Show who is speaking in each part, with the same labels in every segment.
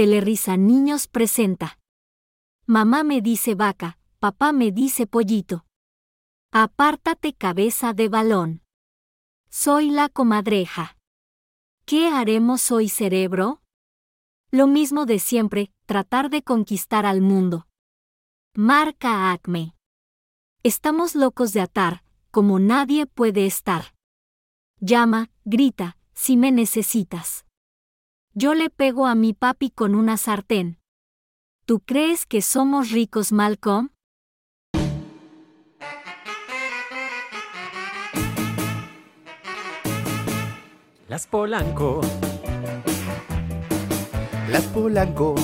Speaker 1: Telerisa Niños presenta. Mamá me dice vaca, papá me dice pollito. Apártate cabeza de balón. Soy la comadreja. ¿Qué haremos hoy cerebro? Lo mismo de siempre, tratar de conquistar al mundo. Marca Acme. Estamos locos de atar, como nadie puede estar. Llama, grita, si me necesitas. Yo le pego a mi papi con una sartén. ¿Tú crees que somos ricos, Malcolm?
Speaker 2: Las Polanco,
Speaker 3: Las Polanco,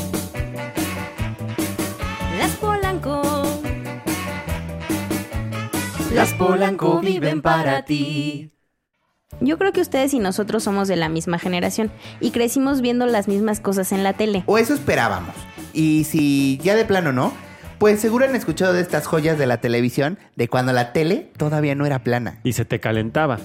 Speaker 1: Las Polanco.
Speaker 3: las Polanco viven para ti.
Speaker 4: Yo creo que ustedes y nosotros somos de la misma generación y crecimos viendo las mismas cosas en la tele.
Speaker 3: O eso esperábamos. Y si ya de plano no, pues seguro han escuchado de estas joyas de la televisión de cuando la tele todavía no era plana.
Speaker 2: y se te calentaba.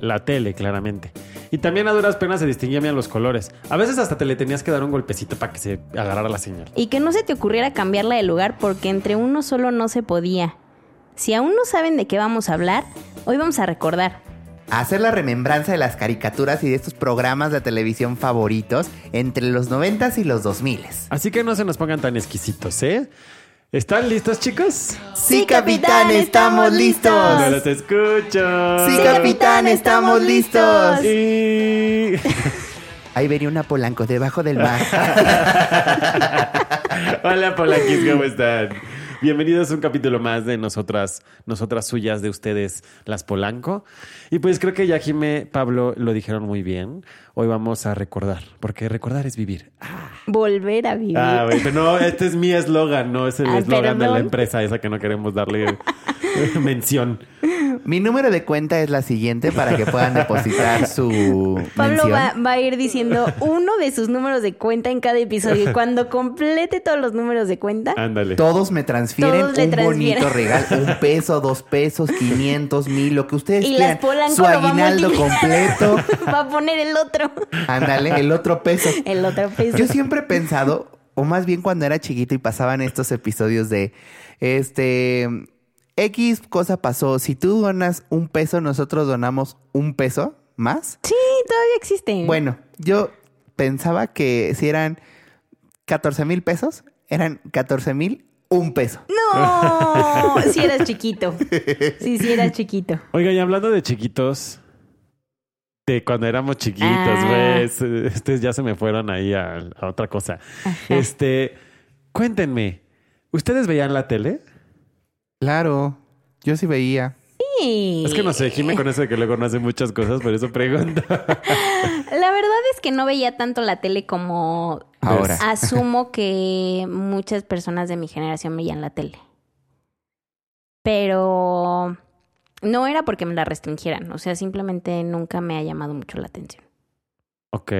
Speaker 2: La tele, claramente. Y también a duras penas se distinguían bien los colores. A veces hasta te le tenías que dar un golpecito para que se agarrara la señal.
Speaker 4: Y que no se te ocurriera cambiarla de lugar porque entre uno solo no se podía. Si aún no saben de qué vamos a hablar, hoy vamos a recordar.
Speaker 3: Hacer la remembranza de las caricaturas y de estos programas de televisión favoritos entre los 90s y los 2000s.
Speaker 2: Así que no se nos pongan tan exquisitos, ¿eh? ¿Están listos, chicos?
Speaker 4: Sí, capitán, estamos listos.
Speaker 2: No los escucho.
Speaker 3: Sí, capitán, estamos listos.
Speaker 2: Y...
Speaker 3: Ahí venía una Polanco debajo del mar.
Speaker 2: Hola, Polanquis, ¿cómo están? Bienvenidos a un capítulo más de nosotras, nosotras suyas, de ustedes, las Polanco. Y pues creo que ya Jimé, Pablo lo dijeron muy bien. Hoy vamos a recordar, porque recordar es vivir.
Speaker 4: Volver a vivir.
Speaker 2: Ah, güey, pero no, este es mi eslogan, no es el
Speaker 4: Ah,
Speaker 2: eslogan de la
Speaker 4: perdón.
Speaker 2: empresa esa que no queremos darle mención.
Speaker 3: Mi número de cuenta es la siguiente para que puedan depositar su
Speaker 4: Pablo
Speaker 3: mención.
Speaker 4: va, va a ir diciendo uno de sus números de cuenta en cada episodio y cuando complete todos los números de cuenta,
Speaker 2: Ándale.
Speaker 3: Todos me transfieren
Speaker 4: Todos le
Speaker 3: un
Speaker 4: transfieren.
Speaker 3: bonito regalo, un peso, dos pesos, quinientos, mil, lo que ustedes
Speaker 4: Y las
Speaker 3: quieran.
Speaker 4: Polanco
Speaker 3: Su
Speaker 4: lo va a
Speaker 3: aguinaldo
Speaker 4: multiplicar.
Speaker 3: completo.
Speaker 4: va a poner el otro.
Speaker 3: Ándale, el otro peso.
Speaker 4: El otro peso.
Speaker 3: Yo siempre he pensado, o más bien cuando era chiquito y pasaban estos episodios de este X cosa pasó. Si tú donas un peso, nosotros donamos un peso más.
Speaker 4: Sí, todavía existe.
Speaker 3: Bueno, yo pensaba que si eran 14 mil pesos, eran 14 mil un peso.
Speaker 4: No, si eras chiquito. Sí, si eras chiquito.
Speaker 2: Oiga, y hablando de chiquitos, de cuando éramos chiquitos,
Speaker 4: Ah.
Speaker 2: güey, es- estos ya se me fueron ahí a, a otra cosa. Este, cuéntenme, ¿ustedes veían la tele?
Speaker 3: Claro, yo sí veía.
Speaker 4: Sí.
Speaker 2: Es que no sé, Jimé con eso de que luego no hace muchas cosas, por eso pregunta.
Speaker 4: La verdad es que no veía tanto la tele como
Speaker 3: Ahora.
Speaker 4: Ah. asumo que muchas personas de mi generación veían la tele. Pero no era porque me la restringieran, o sea, simplemente nunca me ha llamado mucho la atención.
Speaker 2: Ok.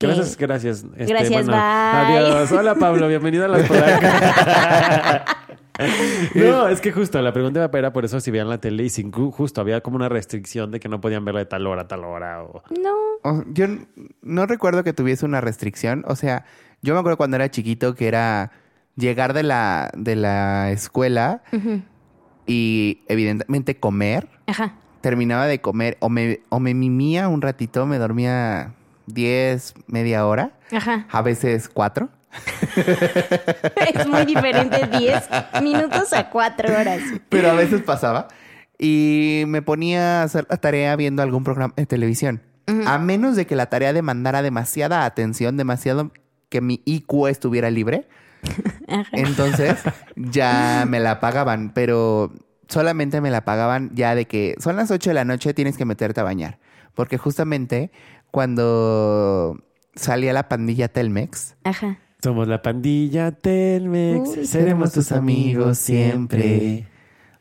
Speaker 2: Gracias, gracias. Este,
Speaker 4: Gracias, bye.
Speaker 2: Adiós. Hola, Pablo. Bienvenido a las polacas. No, es que justo la pregunta era por eso si veían la tele y sin ju- justo había como una restricción de que no podían verla de tal hora a tal hora. O...
Speaker 4: No,
Speaker 3: O- yo n- no recuerdo que tuviese una restricción. O sea, yo me acuerdo cuando era chiquito que era llegar de la, de la escuela
Speaker 4: Ujú.
Speaker 3: y evidentemente comer.
Speaker 4: ajá.
Speaker 3: Terminaba de comer o me, o me mimía un ratito, me dormía 10, media hora,
Speaker 4: Ajá,
Speaker 3: a veces 4.
Speaker 4: es muy diferente 10 minutos a 4 horas.
Speaker 3: Pero a veces pasaba. Y me ponía a hacer la tarea viendo algún programa de televisión. A menos de que la tarea demandara demasiada atención, demasiado que mi IQ estuviera libre.
Speaker 4: Ajá.
Speaker 3: Entonces ya me la pagaban, pero solamente me la pagaban ya de que son las 8 de la noche, tienes que meterte a bañar. Porque justamente cuando salía la pandilla Telmex,
Speaker 4: Ajá.
Speaker 2: Somos la pandilla Telmex.
Speaker 4: Uy,
Speaker 2: seremos tus amigos siempre.
Speaker 4: De-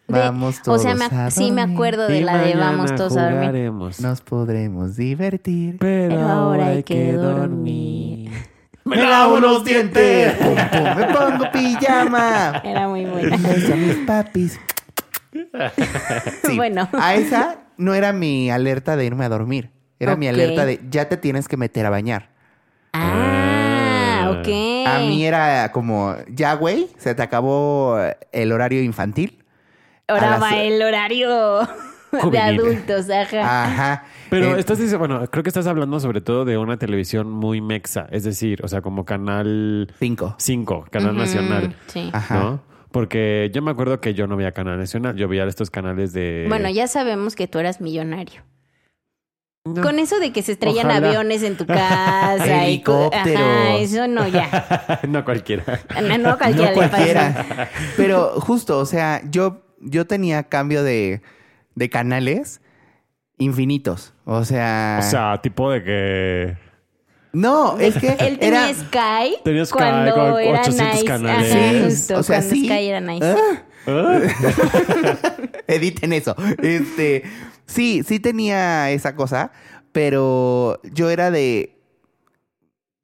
Speaker 3: vamos
Speaker 4: O
Speaker 3: todos
Speaker 4: sea, me ac-
Speaker 3: a
Speaker 4: sí me
Speaker 3: dormir.
Speaker 4: acuerdo de
Speaker 2: Y
Speaker 4: la de
Speaker 2: mañana
Speaker 4: vamos todos a dormir.
Speaker 2: jugaremos.
Speaker 3: Nos podremos divertir.
Speaker 2: Pero, ahora hay que
Speaker 4: dormir.
Speaker 2: dormir. lavo los dientes!
Speaker 3: Pum, pum, me pongo pijama.
Speaker 4: Era muy buena.
Speaker 3: Beso a mis papis. Sí.
Speaker 4: Bueno.
Speaker 3: A esa no era mi alerta de irme a dormir. Era mi
Speaker 4: Ok.
Speaker 3: alerta de ya te tienes que meter a bañar.
Speaker 4: Ah, ok. Ok.
Speaker 3: A mí era como, ya, güey, se te acabó el horario infantil. a
Speaker 4: Ahora
Speaker 3: las-
Speaker 4: va el horario de
Speaker 2: Juvenil. Ah,
Speaker 4: adultos, ajá.
Speaker 3: Ajá.
Speaker 2: Pero
Speaker 3: Eh,
Speaker 2: estás diciendo, bueno, creo que estás hablando sobre todo de una televisión muy mexa, es decir, o sea, como Canal
Speaker 3: Cinco.
Speaker 2: 5, Canal
Speaker 4: Ujú,
Speaker 2: Nacional,
Speaker 4: Sí.
Speaker 3: Ajá.
Speaker 2: ¿no? Porque yo me acuerdo que yo no veía Canal Nacional, yo veía estos canales de...
Speaker 4: Bueno, ya sabemos que tú eras millonario.
Speaker 2: No.
Speaker 4: Con eso de que se estrellan
Speaker 2: Ojalá.
Speaker 4: aviones en tu casa y co-
Speaker 3: Helicópteros.
Speaker 4: Ajá, eso no ya.
Speaker 2: no cualquiera.
Speaker 4: No, no cualquiera
Speaker 3: no
Speaker 4: le pasa.
Speaker 3: cualquiera. Pero justo, o sea, yo, yo tenía cambio de, de canales infinitos. O sea,
Speaker 2: O sea, tipo de que...
Speaker 3: no, es que
Speaker 4: Él
Speaker 3: era
Speaker 4: tenía Sky
Speaker 2: Tenía Sky
Speaker 4: cuando
Speaker 2: con
Speaker 4: era
Speaker 2: 800
Speaker 4: nice.
Speaker 2: canales.
Speaker 4: Ajá,
Speaker 3: Sí,
Speaker 4: justo,
Speaker 3: o sea,
Speaker 4: cuando
Speaker 3: sí.
Speaker 4: Sky era nice.
Speaker 2: ¿Ah?
Speaker 3: editen eso. Este, sí, sí tenía esa cosa, pero yo era de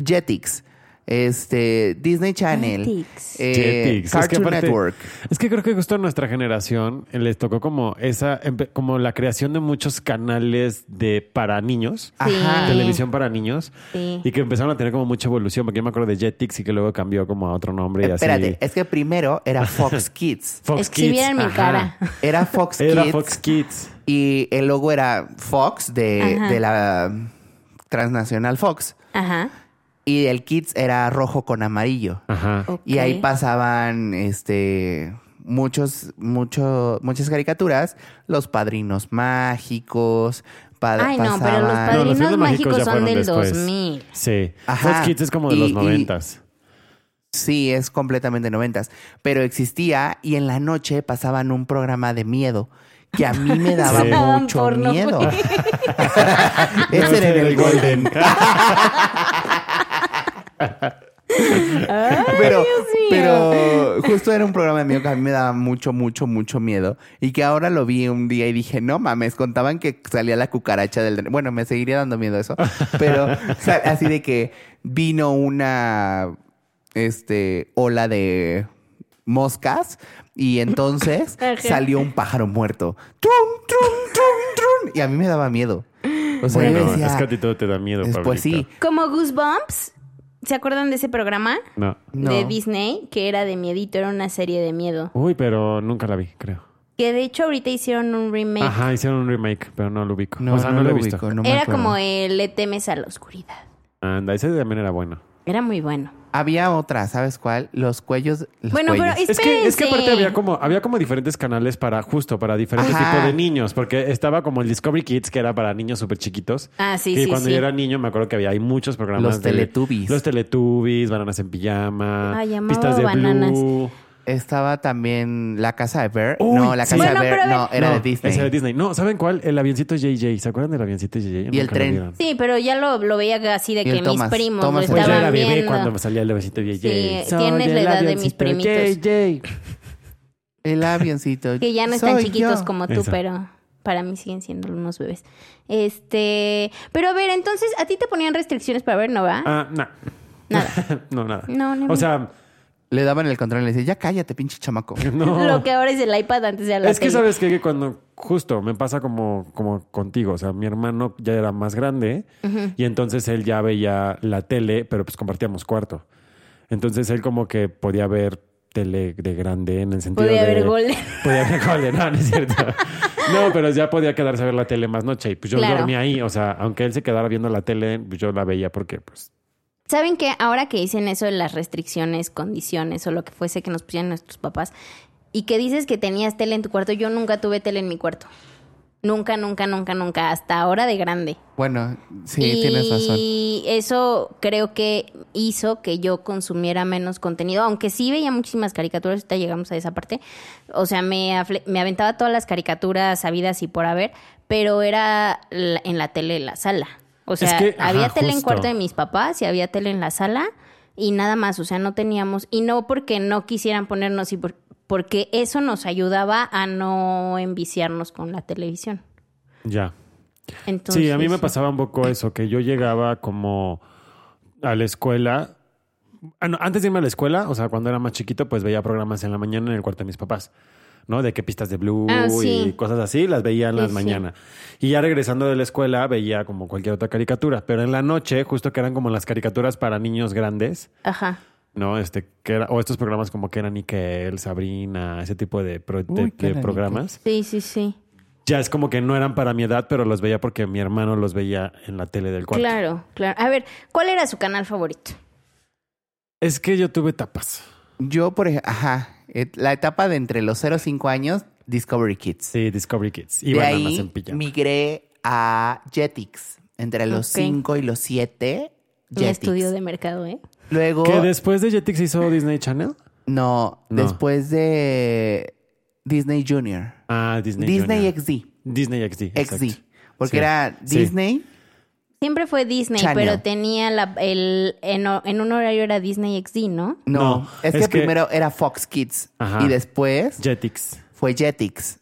Speaker 3: Jetix, este, Disney Channel,
Speaker 4: Jetix.
Speaker 3: eh,
Speaker 2: Jetix. Es que
Speaker 3: Cartoon
Speaker 2: aparte-
Speaker 3: Network.
Speaker 2: Es que creo que justo a nuestra generación eh, les tocó como esa, empe- como la creación de muchos canales de para niños,
Speaker 3: Ajá.
Speaker 4: Ah.
Speaker 2: televisión para niños,
Speaker 4: Sí.
Speaker 2: y que empezaron a tener como mucha evolución, porque yo me acuerdo de Jetix y que luego cambió como a otro nombre y así.
Speaker 3: Espérate, es que primero era Fox Kids.
Speaker 2: Fox
Speaker 4: Exhibieran mi
Speaker 2: ajá.
Speaker 4: cara.
Speaker 3: Era Fox
Speaker 2: Era
Speaker 3: Kids.
Speaker 2: Fox Kids.
Speaker 3: Y el logo era Fox de,
Speaker 4: Ajá.
Speaker 3: de la transnacional Fox.
Speaker 4: Ajá.
Speaker 3: Y el Kids era rojo con amarillo.
Speaker 2: Ajá.
Speaker 4: ok.
Speaker 3: Y ahí pasaban este muchos, mucho, muchas caricaturas. Los padrinos mágicos. pa-
Speaker 4: Ay, no, pero los
Speaker 3: pasaban-
Speaker 2: No,
Speaker 4: padrinos
Speaker 2: Padrinos Mágicos
Speaker 4: mágicos
Speaker 2: ya
Speaker 4: son
Speaker 2: fueron
Speaker 4: del
Speaker 2: después.
Speaker 4: 2000.
Speaker 2: Sí.
Speaker 3: Ajá.
Speaker 2: Fox Kids es como de
Speaker 3: Y-
Speaker 2: los
Speaker 3: y-
Speaker 2: noventas.
Speaker 3: Sí, es completamente noventas. Pero existía y en la noche pasaban un programa de miedo. Que a mí me daba
Speaker 2: Sí.
Speaker 3: mucho
Speaker 4: Porno.
Speaker 3: miedo.
Speaker 2: No,
Speaker 3: Ese era en el Golden. pero, pero justo era un programa mío que a mí me daba mucho, mucho, mucho miedo. Y que ahora lo vi un día y dije, no mames, contaban que salía la cucaracha del... dra-". Bueno, me seguiría dando miedo eso. Pero o sea, así de que vino una este, ola de moscas y entonces
Speaker 4: Ajá.
Speaker 3: salió un pájaro muerto. Trun, trun, trun, trun. Y a mí me daba miedo. O sea, yo
Speaker 2: Bueno,
Speaker 3: decía,
Speaker 2: es que a ti todo te da miedo,
Speaker 3: "Es- pues sí.
Speaker 2: Pablito.
Speaker 4: Como Goosebumps, ¿se acuerdan de ese programa?
Speaker 2: No.
Speaker 3: No.
Speaker 4: De Disney, que era de miedito, era una serie de miedo.
Speaker 2: Uy, pero nunca la vi, creo.
Speaker 4: Que de hecho ahorita hicieron un remake.
Speaker 2: Ajá, hicieron un remake, pero no lo ubico. o sea, no, lo he visto.
Speaker 3: ubico, no me
Speaker 4: era
Speaker 3: acuerdo.
Speaker 4: como el Le temes a la oscuridad.
Speaker 2: Anda, ese también era bueno.
Speaker 4: Era muy bueno.
Speaker 3: Había otra, ¿sabes cuál? Los cuellos. los
Speaker 4: Bueno, pero
Speaker 3: cuellos.
Speaker 2: Es que, es que aparte
Speaker 4: Espérense.
Speaker 2: había como, había como diferentes canales para justo, para diferentes
Speaker 3: Ajá.
Speaker 2: tipos de niños, porque estaba como el Discovery Kids, que era para niños súper chiquitos.
Speaker 4: Ah, sí,
Speaker 2: Y
Speaker 4: sí,
Speaker 2: cuando
Speaker 4: sí.
Speaker 2: yo era niño me acuerdo que había hay muchos programas.
Speaker 3: Los
Speaker 2: de-
Speaker 3: Teletubbies.
Speaker 2: Los Teletubbies, Bananas en Pijama,
Speaker 4: Ay, amaba
Speaker 2: Pistas de
Speaker 4: Bananas.
Speaker 2: Blue.
Speaker 3: Estaba también la casa de Bear.
Speaker 2: Uy,
Speaker 3: no, la
Speaker 2: sí.
Speaker 3: casa
Speaker 4: Bueno,
Speaker 3: de Bear.
Speaker 4: pero a
Speaker 3: No,
Speaker 4: ver-
Speaker 3: era
Speaker 2: No,
Speaker 3: de Disney.
Speaker 2: Ese de Disney. No, ¿saben cuál? El avioncito JJ. ¿Se acuerdan del avioncito JJ?
Speaker 3: Y el
Speaker 2: Nunca lo
Speaker 3: tren.
Speaker 2: vieron.
Speaker 4: Sí, pero ya lo, lo veía así de
Speaker 3: Y el
Speaker 4: que
Speaker 3: Thomas,
Speaker 4: mis primos
Speaker 3: Thomas
Speaker 4: lo
Speaker 2: Pues yo
Speaker 4: estaban
Speaker 2: era bebé
Speaker 4: viendo.
Speaker 2: cuando salía el avioncito JJ.
Speaker 4: Sí,
Speaker 2: Soy
Speaker 4: tienes la
Speaker 2: el
Speaker 4: edad de
Speaker 2: avioncito
Speaker 4: mis primitos.
Speaker 2: JJ.
Speaker 3: El avioncito.
Speaker 4: Que ya no están
Speaker 3: Soy
Speaker 4: chiquitos
Speaker 3: yo.
Speaker 4: como tú,
Speaker 2: Eso.
Speaker 4: pero para mí siguen siendo unos bebés. Este, pero a ver, entonces, ¿a ti te ponían restricciones para ver, no va?
Speaker 2: Ah, no.
Speaker 4: Nada.
Speaker 2: no, nada.
Speaker 4: No, ni a mí.
Speaker 2: o sea,
Speaker 3: Le daban el control y le decían, ya cállate, pinche chamaco.
Speaker 2: no.
Speaker 4: Lo que ahora es el iPad antes de la
Speaker 2: Es que
Speaker 4: tele.
Speaker 2: sabes qué? que cuando justo me pasa como, como contigo, o sea, mi hermano ya era más grande y entonces él ya veía la tele, pero pues compartíamos cuarto. Entonces él como que podía ver tele de grande en el sentido
Speaker 4: Podía
Speaker 2: de...
Speaker 4: ver goles.
Speaker 2: Podía ver goles, no, no es cierto. No, pero ya podía quedarse a ver la tele más noche y pues yo
Speaker 4: Claro.
Speaker 2: dormía ahí, o sea, aunque él se quedara viendo la tele, pues yo la veía porque pues...
Speaker 4: ¿Saben que ahora que dicen eso de las restricciones, condiciones o lo que fuese que nos pusieran nuestros papás y que dices que tenías tele en tu cuarto, yo nunca tuve tele en mi cuarto. Nunca, nunca, nunca, nunca, hasta ahora de grande.
Speaker 3: Bueno, sí,
Speaker 4: y
Speaker 3: tienes razón.
Speaker 4: eso creo que hizo que yo consumiera menos contenido, aunque sí veía muchísimas caricaturas, ahorita llegamos a esa parte. O sea, me, afle- me aventaba todas las caricaturas habidas y por haber, pero era la- en la tele de la sala. O sea,
Speaker 2: que, ajá,
Speaker 4: había tele en
Speaker 2: justo.
Speaker 4: cuarto de mis papás y había tele en la sala y nada más, o sea, no teníamos, y no porque no quisieran ponernos y por- porque eso nos ayudaba a no enviciarnos con la televisión.
Speaker 2: Ya.
Speaker 4: Entonces,
Speaker 2: sí, a mí me pasaba un poco eso, que yo llegaba como a la escuela. Ah, no, antes de irme a la escuela, o sea, cuando era más chiquito, pues veía programas en la mañana en el cuarto de mis papás. ¿no? De que pistas de blue
Speaker 4: Ah, sí.
Speaker 2: y cosas así, las veía en
Speaker 4: Sí,
Speaker 2: las
Speaker 4: sí.
Speaker 2: mañanas. Y ya regresando de la escuela veía como cualquier otra caricatura, pero en la noche, justo que eran como las caricaturas para niños grandes,
Speaker 4: Ajá.
Speaker 2: ¿no? Este, que era- o estos programas como que eran Nickel, Sabrina, ese tipo de, pro- de-
Speaker 3: Uy, qué
Speaker 2: de
Speaker 3: era
Speaker 2: programas.
Speaker 4: Sí, sí, sí.
Speaker 2: Ya es como que no eran para mi edad, pero los veía porque mi hermano los veía en la tele del cuarto.
Speaker 4: Claro, claro. A ver, ¿cuál era su canal favorito?
Speaker 2: Es que yo tuve etapas.
Speaker 3: Yo, por ejemplo, ajá, et- la etapa de entre los 0 y 5 años, Discovery Kids.
Speaker 2: Sí, Discovery Kids. Y
Speaker 3: de
Speaker 2: bananas
Speaker 3: ahí
Speaker 2: en pijama.
Speaker 3: migré a Jetix, entre los
Speaker 4: Ok.
Speaker 3: 5 y los 7.
Speaker 4: Un estudio de mercado, ¿eh?
Speaker 3: Luego,
Speaker 2: Que después de Jetix hizo Disney Channel.
Speaker 3: no,
Speaker 2: No.
Speaker 3: después de Disney Junior.
Speaker 2: Ah, Disney.
Speaker 3: Disney
Speaker 2: Junior.
Speaker 3: XD.
Speaker 2: Disney XD.
Speaker 3: XD.
Speaker 2: exacto.
Speaker 3: Porque
Speaker 2: Sí,
Speaker 3: era
Speaker 2: sí.
Speaker 3: Disney.
Speaker 4: Siempre fue Disney,
Speaker 3: Channel.
Speaker 4: pero tenía la, el, en, o- en un horario era Disney XD, ¿no?
Speaker 3: No,
Speaker 2: No,
Speaker 3: es, que,
Speaker 2: es que-
Speaker 3: primero era Fox Kids
Speaker 2: Ajá.
Speaker 3: y después
Speaker 2: Jetix.
Speaker 3: fue Jetix,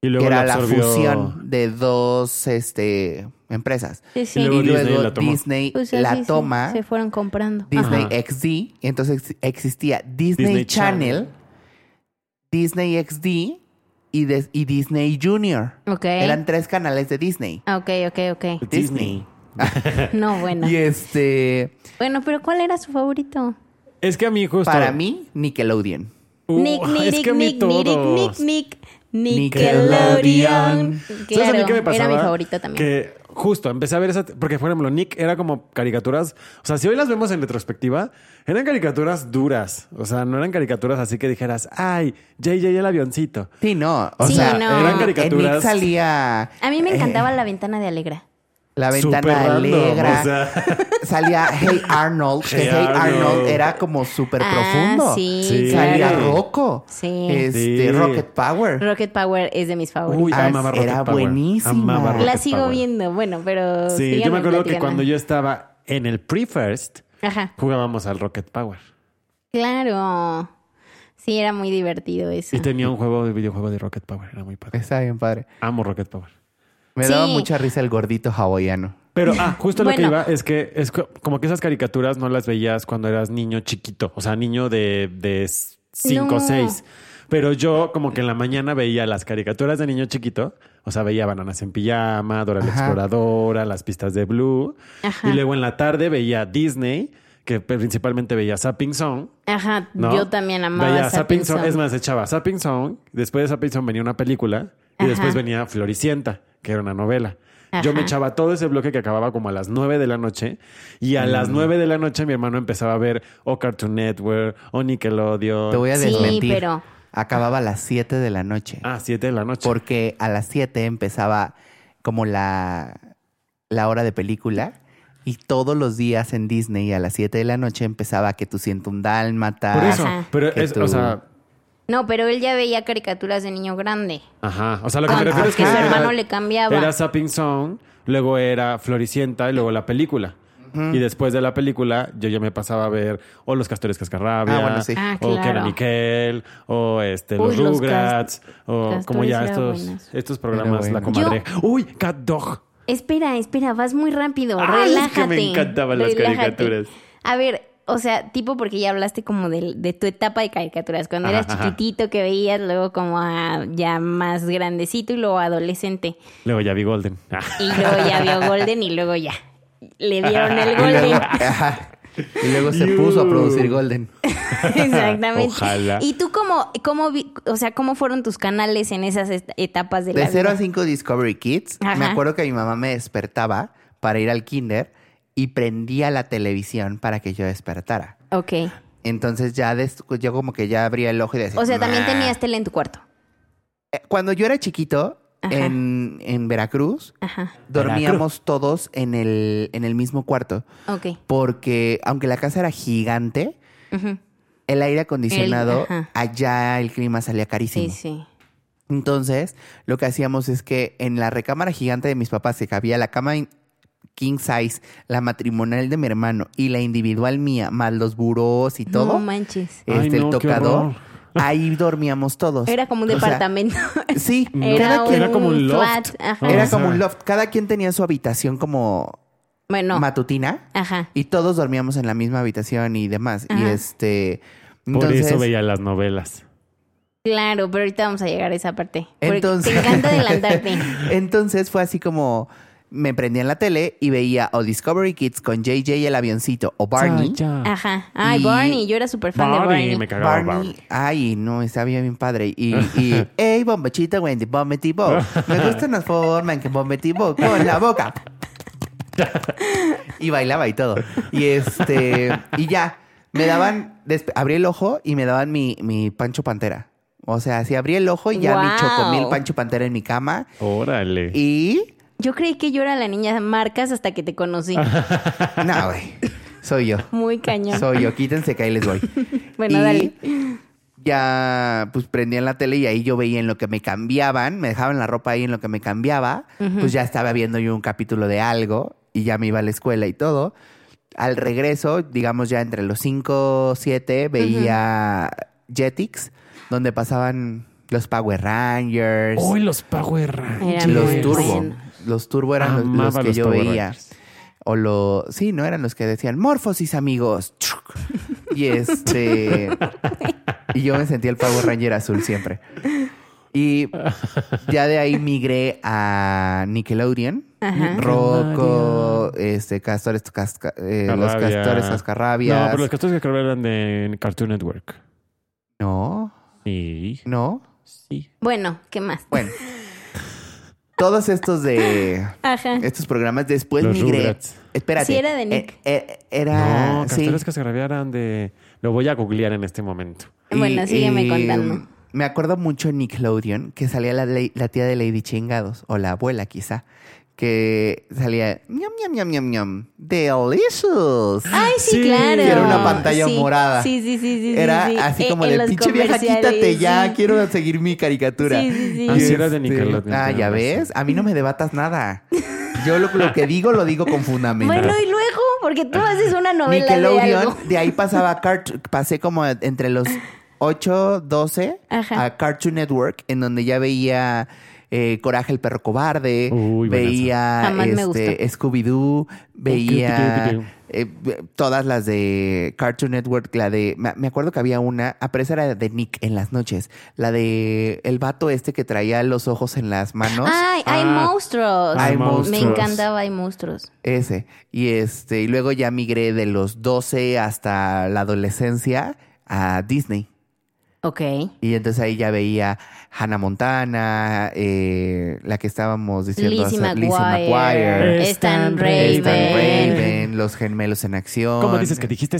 Speaker 2: Y
Speaker 3: que
Speaker 2: luego
Speaker 3: era
Speaker 2: la
Speaker 3: la
Speaker 2: absorbió-
Speaker 3: fusión de dos este, empresas.
Speaker 4: Sí,
Speaker 2: Y
Speaker 4: sí.
Speaker 2: luego
Speaker 3: Y
Speaker 2: Disney
Speaker 3: luego
Speaker 2: la tomó.
Speaker 3: Disney la,
Speaker 4: Pues así se-
Speaker 3: toma.
Speaker 4: Se, fueron comprando.
Speaker 3: Disney
Speaker 2: Ajá.
Speaker 3: XD, y entonces ex- existía Disney,
Speaker 2: Disney
Speaker 3: Channel,
Speaker 2: Channel.
Speaker 3: Disney XD y, des- y Disney Junior.
Speaker 4: Ah, Ok.
Speaker 3: Eran tres canales de Disney.
Speaker 4: Ah, Ok, ok, ok.
Speaker 2: Disney.
Speaker 4: No, bueno.
Speaker 3: Y este,
Speaker 4: Bueno, pero ¿cuál era su favorito?
Speaker 2: Es que a mí justo...
Speaker 3: para mí, Nickelodeon.
Speaker 2: Uh,
Speaker 4: Nick, Nick,
Speaker 2: es que a mí
Speaker 4: Nick, Nick, Nick,
Speaker 2: todos.
Speaker 4: Nick, Nick,
Speaker 3: Nickelodeon.
Speaker 4: Nickelodeon.
Speaker 2: ¿Sabes a mí qué me
Speaker 4: Claro,
Speaker 2: pasaba?
Speaker 4: era mi favorito también.
Speaker 2: Que justo empecé a ver esa. Porque, por ejemplo, Nick era como caricaturas. O sea, si hoy las vemos en retrospectiva, eran caricaturas duras. O sea, no eran caricaturas así que dijeras, ay, JJ el avioncito.
Speaker 3: Sí, no. O
Speaker 2: O
Speaker 4: Sí,
Speaker 3: sea,
Speaker 2: sea,
Speaker 4: no.
Speaker 2: eran
Speaker 3: en Nick
Speaker 2: caricaturas.
Speaker 3: salía eh,
Speaker 4: A mí
Speaker 2: eh,
Speaker 4: me encantaba la ventana de Alegra.
Speaker 3: la
Speaker 2: súper
Speaker 3: ventana
Speaker 2: random,
Speaker 3: alegra.
Speaker 2: o sea.
Speaker 3: Salía Hey Arnold. que
Speaker 2: Hey
Speaker 3: Hey,
Speaker 2: Arnold.
Speaker 3: Arnold. era como súper
Speaker 4: Ah,
Speaker 3: profundo.
Speaker 4: sí,
Speaker 2: Sí.
Speaker 3: Salía
Speaker 2: claro.
Speaker 3: Rocco.
Speaker 4: Sí.
Speaker 3: Este,
Speaker 2: Sí.
Speaker 3: Rocket Power.
Speaker 4: Rocket Power es de mis favoritos.
Speaker 2: Uy,
Speaker 3: Ah,
Speaker 2: amaba Rocket
Speaker 3: era
Speaker 2: Power.
Speaker 3: buenísima.
Speaker 2: Amaba Rocket
Speaker 4: la sigo
Speaker 2: Power.
Speaker 4: viendo, bueno, pero.
Speaker 2: Sí, yo
Speaker 4: síganme
Speaker 2: me acuerdo que
Speaker 4: platicando.
Speaker 2: cuando yo estaba en el pre-first,
Speaker 4: Ajá.
Speaker 2: jugábamos al Rocket Power.
Speaker 4: Claro. Sí, era muy divertido eso.
Speaker 2: Y tenía un juego de videojuego de Rocket Power. Era muy padre.
Speaker 3: Está bien padre.
Speaker 2: Amo Rocket Power.
Speaker 3: Me
Speaker 4: Sí.
Speaker 3: daba mucha risa el gordito hawaiano.
Speaker 2: Pero, ah, justo lo que
Speaker 4: Bueno.
Speaker 2: iba es que es co- como que esas caricaturas no las veías cuando eras niño chiquito, o sea, niño de, de cinco o
Speaker 4: No.
Speaker 2: seis. Pero yo como que en la mañana veía las caricaturas de niño chiquito, o sea, veía Bananas en Pijama, Dora la
Speaker 3: Ajá.
Speaker 2: Exploradora, Las Pistas de Blue.
Speaker 4: Ajá.
Speaker 2: Y luego en la tarde veía Disney, que principalmente veía Sapping Song.
Speaker 4: Ajá,
Speaker 2: ¿no?
Speaker 4: yo también amaba
Speaker 2: Veía
Speaker 4: esa
Speaker 2: Sapping Song.
Speaker 4: pinzón.
Speaker 2: Es más, echaba Sapping Song. Después de Sapping Song venía una película. Y
Speaker 4: Ajá.
Speaker 2: después venía Floricienta, que era una novela. Yo
Speaker 4: Ajá.
Speaker 2: me echaba todo ese bloque que acababa como a las 9 de la noche. Y a
Speaker 3: Mm.
Speaker 2: las 9 de la noche mi hermano empezaba a ver o Cartoon Network o Nickelodeon.
Speaker 3: Te voy a
Speaker 4: Sí,
Speaker 3: desmentir.
Speaker 4: pero-
Speaker 3: Acababa a las 7 de la noche.
Speaker 2: Ah, 7 de la noche.
Speaker 3: Porque a las 7 empezaba como la, la hora de película. Y todos los días en Disney a las 7 de la noche empezaba que tú siento un dálmata.
Speaker 2: Por eso.
Speaker 4: Ajá.
Speaker 2: Pero
Speaker 3: Que
Speaker 2: es,
Speaker 3: tú-
Speaker 2: o sea,
Speaker 4: No, pero él ya veía caricaturas de niño grande.
Speaker 2: ajá. O sea, lo que me
Speaker 4: Ah,
Speaker 2: refiero es que
Speaker 4: porque
Speaker 2: era-
Speaker 4: su hermano le cambiaba.
Speaker 2: Era Sapping Song, luego era Floricienta y luego la película. Y después de la película, yo ya me pasaba a ver o Los Castores Cascarrabia,
Speaker 3: Ah, bueno, sí.
Speaker 4: Ah,
Speaker 2: o que era
Speaker 4: claro.
Speaker 2: Nickel, o este, Los
Speaker 4: Uy, los
Speaker 2: Rugrats, o
Speaker 4: Castores
Speaker 2: como ya
Speaker 4: eran
Speaker 2: estos,
Speaker 4: buenas.
Speaker 2: estos programas,
Speaker 3: Era
Speaker 2: La
Speaker 3: bueno.
Speaker 2: Comadreja. ¡Uy! Cat Dog.
Speaker 4: Espera, espera, vas muy rápido.
Speaker 2: Ay, Ah, es
Speaker 4: relájate.
Speaker 2: que me encantaban las caricaturas.
Speaker 4: A ver, o sea, tipo porque ya hablaste como del- de, tu etapa de caricaturas. Cuando
Speaker 2: Ajá,
Speaker 4: eras
Speaker 2: ajá.
Speaker 4: chiquitito que veías, luego como a- ya más grandecito y luego adolescente.
Speaker 2: Luego ya vi Golden. Ah.
Speaker 4: Y luego ya vio Golden y luego ya. Le dieron el
Speaker 3: Y luego,
Speaker 4: Golden.
Speaker 3: ajá. Y luego se puso a producir Golden.
Speaker 4: Exactamente.
Speaker 2: Ojalá.
Speaker 4: ¿Y tú cómo, cómo, vi- o sea, cómo fueron tus canales en esas est- etapas de,
Speaker 3: De
Speaker 4: la
Speaker 3: 0 a
Speaker 4: vida?
Speaker 3: 5 Discovery Kids. Me
Speaker 4: Ajá.
Speaker 3: acuerdo que mi mamá me despertaba para ir al kinder y prendía la televisión para que yo despertara.
Speaker 4: Ok.
Speaker 3: Entonces ya des- yo como que ya abría el ojo y decía...
Speaker 4: O sea, también
Speaker 3: "Ma".
Speaker 4: tenías tele en tu cuarto.
Speaker 3: Eh, Cuando yo era chiquito,
Speaker 4: Ajá.
Speaker 3: en, en Veracruz,
Speaker 4: Ajá.
Speaker 3: dormíamos todos en el, en el mismo cuarto.
Speaker 4: Ok.
Speaker 3: Porque aunque la casa era gigante,
Speaker 4: Ujú.
Speaker 3: el aire acondicionado,
Speaker 4: El- ajá.
Speaker 3: allá el clima salía
Speaker 4: Sí,
Speaker 3: carísimo.
Speaker 4: sí.
Speaker 3: Entonces, lo que hacíamos es que en la recámara gigante de mis papás se cabía la cama in- king size, la matrimonial de mi hermano y la individual mía, más los burós y todo,
Speaker 4: No manches.
Speaker 2: Ay,
Speaker 3: este,
Speaker 2: no,
Speaker 3: el
Speaker 2: qué
Speaker 3: tocador,
Speaker 2: horror.
Speaker 3: ahí dormíamos todos.
Speaker 4: Era como un
Speaker 3: O sea,
Speaker 4: departamento.
Speaker 3: sí,
Speaker 4: era,
Speaker 3: cada quien-
Speaker 2: era como un loft.
Speaker 4: flat. Ajá.
Speaker 3: era
Speaker 2: o sea.
Speaker 3: como un loft. Cada quien tenía su habitación como
Speaker 4: bueno,
Speaker 3: matutina
Speaker 4: ajá.
Speaker 3: y todos dormíamos en la misma habitación y demás. Y
Speaker 4: Ajá.
Speaker 3: este...
Speaker 2: Por
Speaker 3: entonces-
Speaker 2: eso veía las novelas.
Speaker 4: Claro, pero ahorita vamos a llegar a esa parte. Porque
Speaker 3: Entonces-
Speaker 4: Te encanta adelantarte.
Speaker 3: Entonces fue así como me prendí en la tele y veía o Discovery Kids con JJ el avioncito o Barney.
Speaker 4: Ajá. Ay,
Speaker 3: Y-
Speaker 4: Barney. Yo era súper fan de Barney.
Speaker 2: Barney, me cagaba Barney.
Speaker 3: Barney, ay, no, está bien, bien padre. Y, y hey, bombachita, Wendy, bombeti bo. Me gusta la forma en que bombeti bo con la boca. Y bailaba y todo. Y este, y ya, me daban, despe- abrí el ojo y me daban mi, mi pancho pantera. O sea, si abrí el ojo y ya mi
Speaker 4: Wow.
Speaker 3: chocomil pancho pantera en mi cama.
Speaker 2: Órale.
Speaker 3: Y
Speaker 4: Yo creí que yo era la niña de marcas hasta que te conocí.
Speaker 3: No, güey. Soy yo.
Speaker 4: Muy cañón.
Speaker 3: Soy yo. Quítense que ahí les voy.
Speaker 4: Bueno,
Speaker 3: Y
Speaker 4: dale.
Speaker 3: Ya, pues prendían la tele y ahí yo veía en lo que me cambiaban, me dejaban la ropa ahí en lo que me cambiaba, pues ya estaba viendo yo un capítulo de algo y ya me iba a la escuela y todo. Al regreso, digamos ya entre los 5, 7, veía Jetix, donde pasaban los Power Rangers,
Speaker 2: Hoy los Power Rangers.
Speaker 4: Eran
Speaker 3: los
Speaker 4: muy
Speaker 3: Turbo.
Speaker 4: buenos.
Speaker 3: Los Turbo eran los- los,
Speaker 2: Amaba
Speaker 3: que
Speaker 2: los
Speaker 3: yo
Speaker 2: Power
Speaker 3: veía.
Speaker 2: Rangers.
Speaker 3: O lo. Sí, no eran los que decían morfosis, amigos. Chuc. Y este. y yo me sentía el Power Ranger azul siempre. Y ya de ahí migré a Nickelodeon.
Speaker 4: Ajá.
Speaker 3: Mm. Rocco, este, Castores, Casca- eh, los
Speaker 2: Cascarrabia.
Speaker 3: Castores
Speaker 2: No,
Speaker 3: Cascarrabias.
Speaker 2: pero los castores que eran de Cartoon Network.
Speaker 3: no,
Speaker 2: Sí.
Speaker 3: no.
Speaker 2: Sí.
Speaker 4: Bueno, ¿qué más?
Speaker 3: Bueno, todos estos de.
Speaker 4: Ajá.
Speaker 3: estos programas. Después
Speaker 2: Los
Speaker 3: migré.
Speaker 2: Rugrats.
Speaker 3: Espérate.
Speaker 4: Sí, era de Nick.
Speaker 3: Eh, eh, era.
Speaker 2: no, castores
Speaker 3: sí.
Speaker 2: que se grabaran de. Lo voy a googlear en este momento.
Speaker 4: Bueno, sígueme contando.
Speaker 3: em, Me acuerdo mucho en Nickelodeon que salía la, ley- la tía de Lady Chingados, o la abuela quizá, que salía ñam, ñam, ñam, ñam, ñam, delicious.
Speaker 4: Ay,
Speaker 2: Sí.
Speaker 4: sí, claro.
Speaker 2: Era una
Speaker 3: pantalla
Speaker 4: Sí,
Speaker 3: morada.
Speaker 4: Sí, sí, Ah, sí, sí. sí,
Speaker 3: era
Speaker 4: sí.
Speaker 3: así
Speaker 4: Eh,
Speaker 3: como
Speaker 4: en
Speaker 3: de
Speaker 4: los
Speaker 3: pinche vieja,
Speaker 4: comerciales,
Speaker 3: quítate ya,
Speaker 4: sí.
Speaker 3: quiero seguir mi caricatura.
Speaker 4: Sí, sí, sí.
Speaker 3: Y
Speaker 2: Ah, sí, era de Nickelodeon,
Speaker 3: Ah,
Speaker 2: tienes
Speaker 3: ya
Speaker 2: razón.
Speaker 3: ves, a mí no me debatas nada. Yo lo, lo que digo, lo digo con fundamento.
Speaker 4: Bueno, y luego, porque tú haces una novela de algo.
Speaker 3: Nickelodeon, de ahí pasaba Cart pasé como entre los 8, 12
Speaker 4: Ajá.
Speaker 3: a Cartoon Network, en donde ya veía eh, Coraje el perro cobarde,
Speaker 2: Uy, buenazo.
Speaker 3: veía
Speaker 4: Jamás me
Speaker 3: este,
Speaker 2: Scooby-Doo.
Speaker 3: Scooby-Doo, veía eh, ve- todas las de Cartoon Network, la de, me me acuerdo que había una, ah, pero esa era de Nick en las noches, la de el vato este que traía los ojos en las manos.
Speaker 4: Ay, hay
Speaker 2: Ah.
Speaker 4: monstruos.
Speaker 3: Hay
Speaker 4: Me
Speaker 3: monstruos.
Speaker 4: encantaba, hay monstruos.
Speaker 3: Ese. Y este, y luego ya migré de los 12 hasta la adolescencia a Disney.
Speaker 4: Ok.
Speaker 3: Y entonces ahí ya veía Hannah Montana, eh, la que estábamos diciendo
Speaker 4: Lizzie
Speaker 3: hace-
Speaker 4: McGuire.
Speaker 2: McGuire.
Speaker 4: Stan
Speaker 2: Stan
Speaker 4: Raven.
Speaker 3: Stan Raven, los gemelos en acción.
Speaker 2: ¿Cómo dices que dijiste?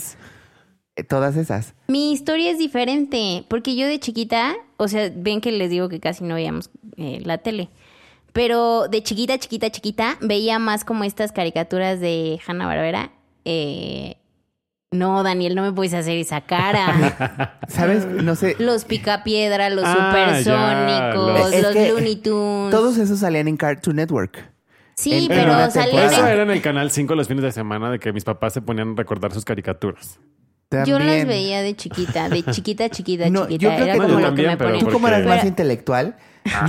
Speaker 3: Eh, Todas esas.
Speaker 4: Mi historia es diferente, porque yo de chiquita, o sea, ven que les digo que casi no veíamos eh, la tele, pero de chiquita, chiquita, chiquita, veía más como estas caricaturas de Hanna Barbera. no, Daniel, no me puedes hacer esa cara.
Speaker 3: ¿Sabes? No sé.
Speaker 4: los Picapiedra, los
Speaker 2: Ah, ya,
Speaker 4: Supersónicos,
Speaker 3: los- Es
Speaker 4: los
Speaker 3: que
Speaker 4: Looney Tunes.
Speaker 3: Todos esos salían en Cartoon Network.
Speaker 4: sí,
Speaker 3: en-
Speaker 4: pero
Speaker 3: en una
Speaker 4: salían
Speaker 2: Eso
Speaker 3: temporada.
Speaker 4: en-
Speaker 2: era en el canal 5 los fines de semana de que mis papás se ponían a recordar sus caricaturas.
Speaker 4: Yo las
Speaker 3: También.
Speaker 4: veía de chiquita, de chiquita, chiquita,
Speaker 3: No, yo
Speaker 4: chiquita.
Speaker 3: creo
Speaker 4: Era
Speaker 3: que
Speaker 4: como
Speaker 3: tú
Speaker 4: lo que
Speaker 2: también,
Speaker 4: me
Speaker 2: pero
Speaker 4: ponían.
Speaker 3: Tú como eras
Speaker 2: porque-
Speaker 3: más intelectual,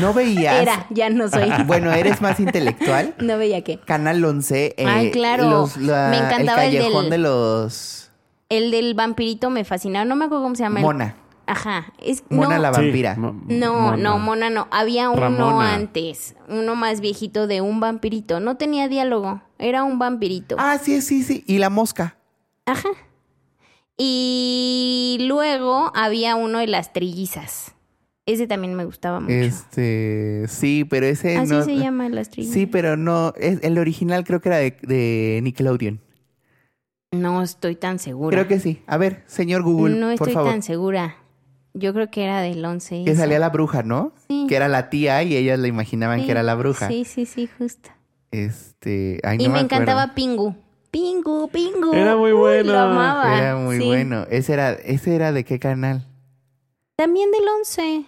Speaker 3: no veías...
Speaker 4: Era, ya no soy.
Speaker 3: Bueno, eres más intelectual.
Speaker 4: No veía qué.
Speaker 3: Canal 11. eh,
Speaker 4: Ay, claro.
Speaker 3: los- la-
Speaker 4: Me encantaba el
Speaker 3: el callejón
Speaker 4: del-
Speaker 3: de los.
Speaker 4: El del vampirito me fascinaba. No me acuerdo cómo se llama. el-
Speaker 3: Mona.
Speaker 4: Ajá. Es,
Speaker 3: Mona
Speaker 4: no,
Speaker 3: la vampira.
Speaker 2: Sí, mo-
Speaker 4: No, no, Mona no. Había uno
Speaker 2: Ramona.
Speaker 4: antes. Uno más viejito de un vampirito. No tenía diálogo. Era un vampirito.
Speaker 3: Ah, sí, sí, sí. Y la mosca.
Speaker 4: Ajá. Y luego había uno de las trillizas. Ese también me gustaba mucho.
Speaker 3: Este. Sí, pero ese
Speaker 4: Así
Speaker 3: no.
Speaker 4: se llama las trillizas.
Speaker 3: Sí, pero no. es- el original creo que era de, de Nickelodeon.
Speaker 4: No estoy tan segura.
Speaker 3: Creo que sí. A ver, señor Google,
Speaker 4: no
Speaker 3: por
Speaker 4: estoy
Speaker 3: favor.
Speaker 4: tan segura. Yo creo que era del 11.
Speaker 3: Que salía la bruja, ¿no?
Speaker 4: Sí.
Speaker 3: Que era la tía y ellas la imaginaban que era la bruja.
Speaker 4: Sí, sí, sí, justo.
Speaker 3: Este. ay,
Speaker 4: Y
Speaker 3: no
Speaker 4: me
Speaker 3: acuerdo.
Speaker 4: encantaba Pingu. Pingu, Pingu.
Speaker 2: Era muy
Speaker 4: Uy,
Speaker 2: bueno.
Speaker 4: Lo amaba.
Speaker 3: Era muy
Speaker 4: Sí.
Speaker 3: bueno. Ese era, ese era de qué canal.
Speaker 4: También del 11.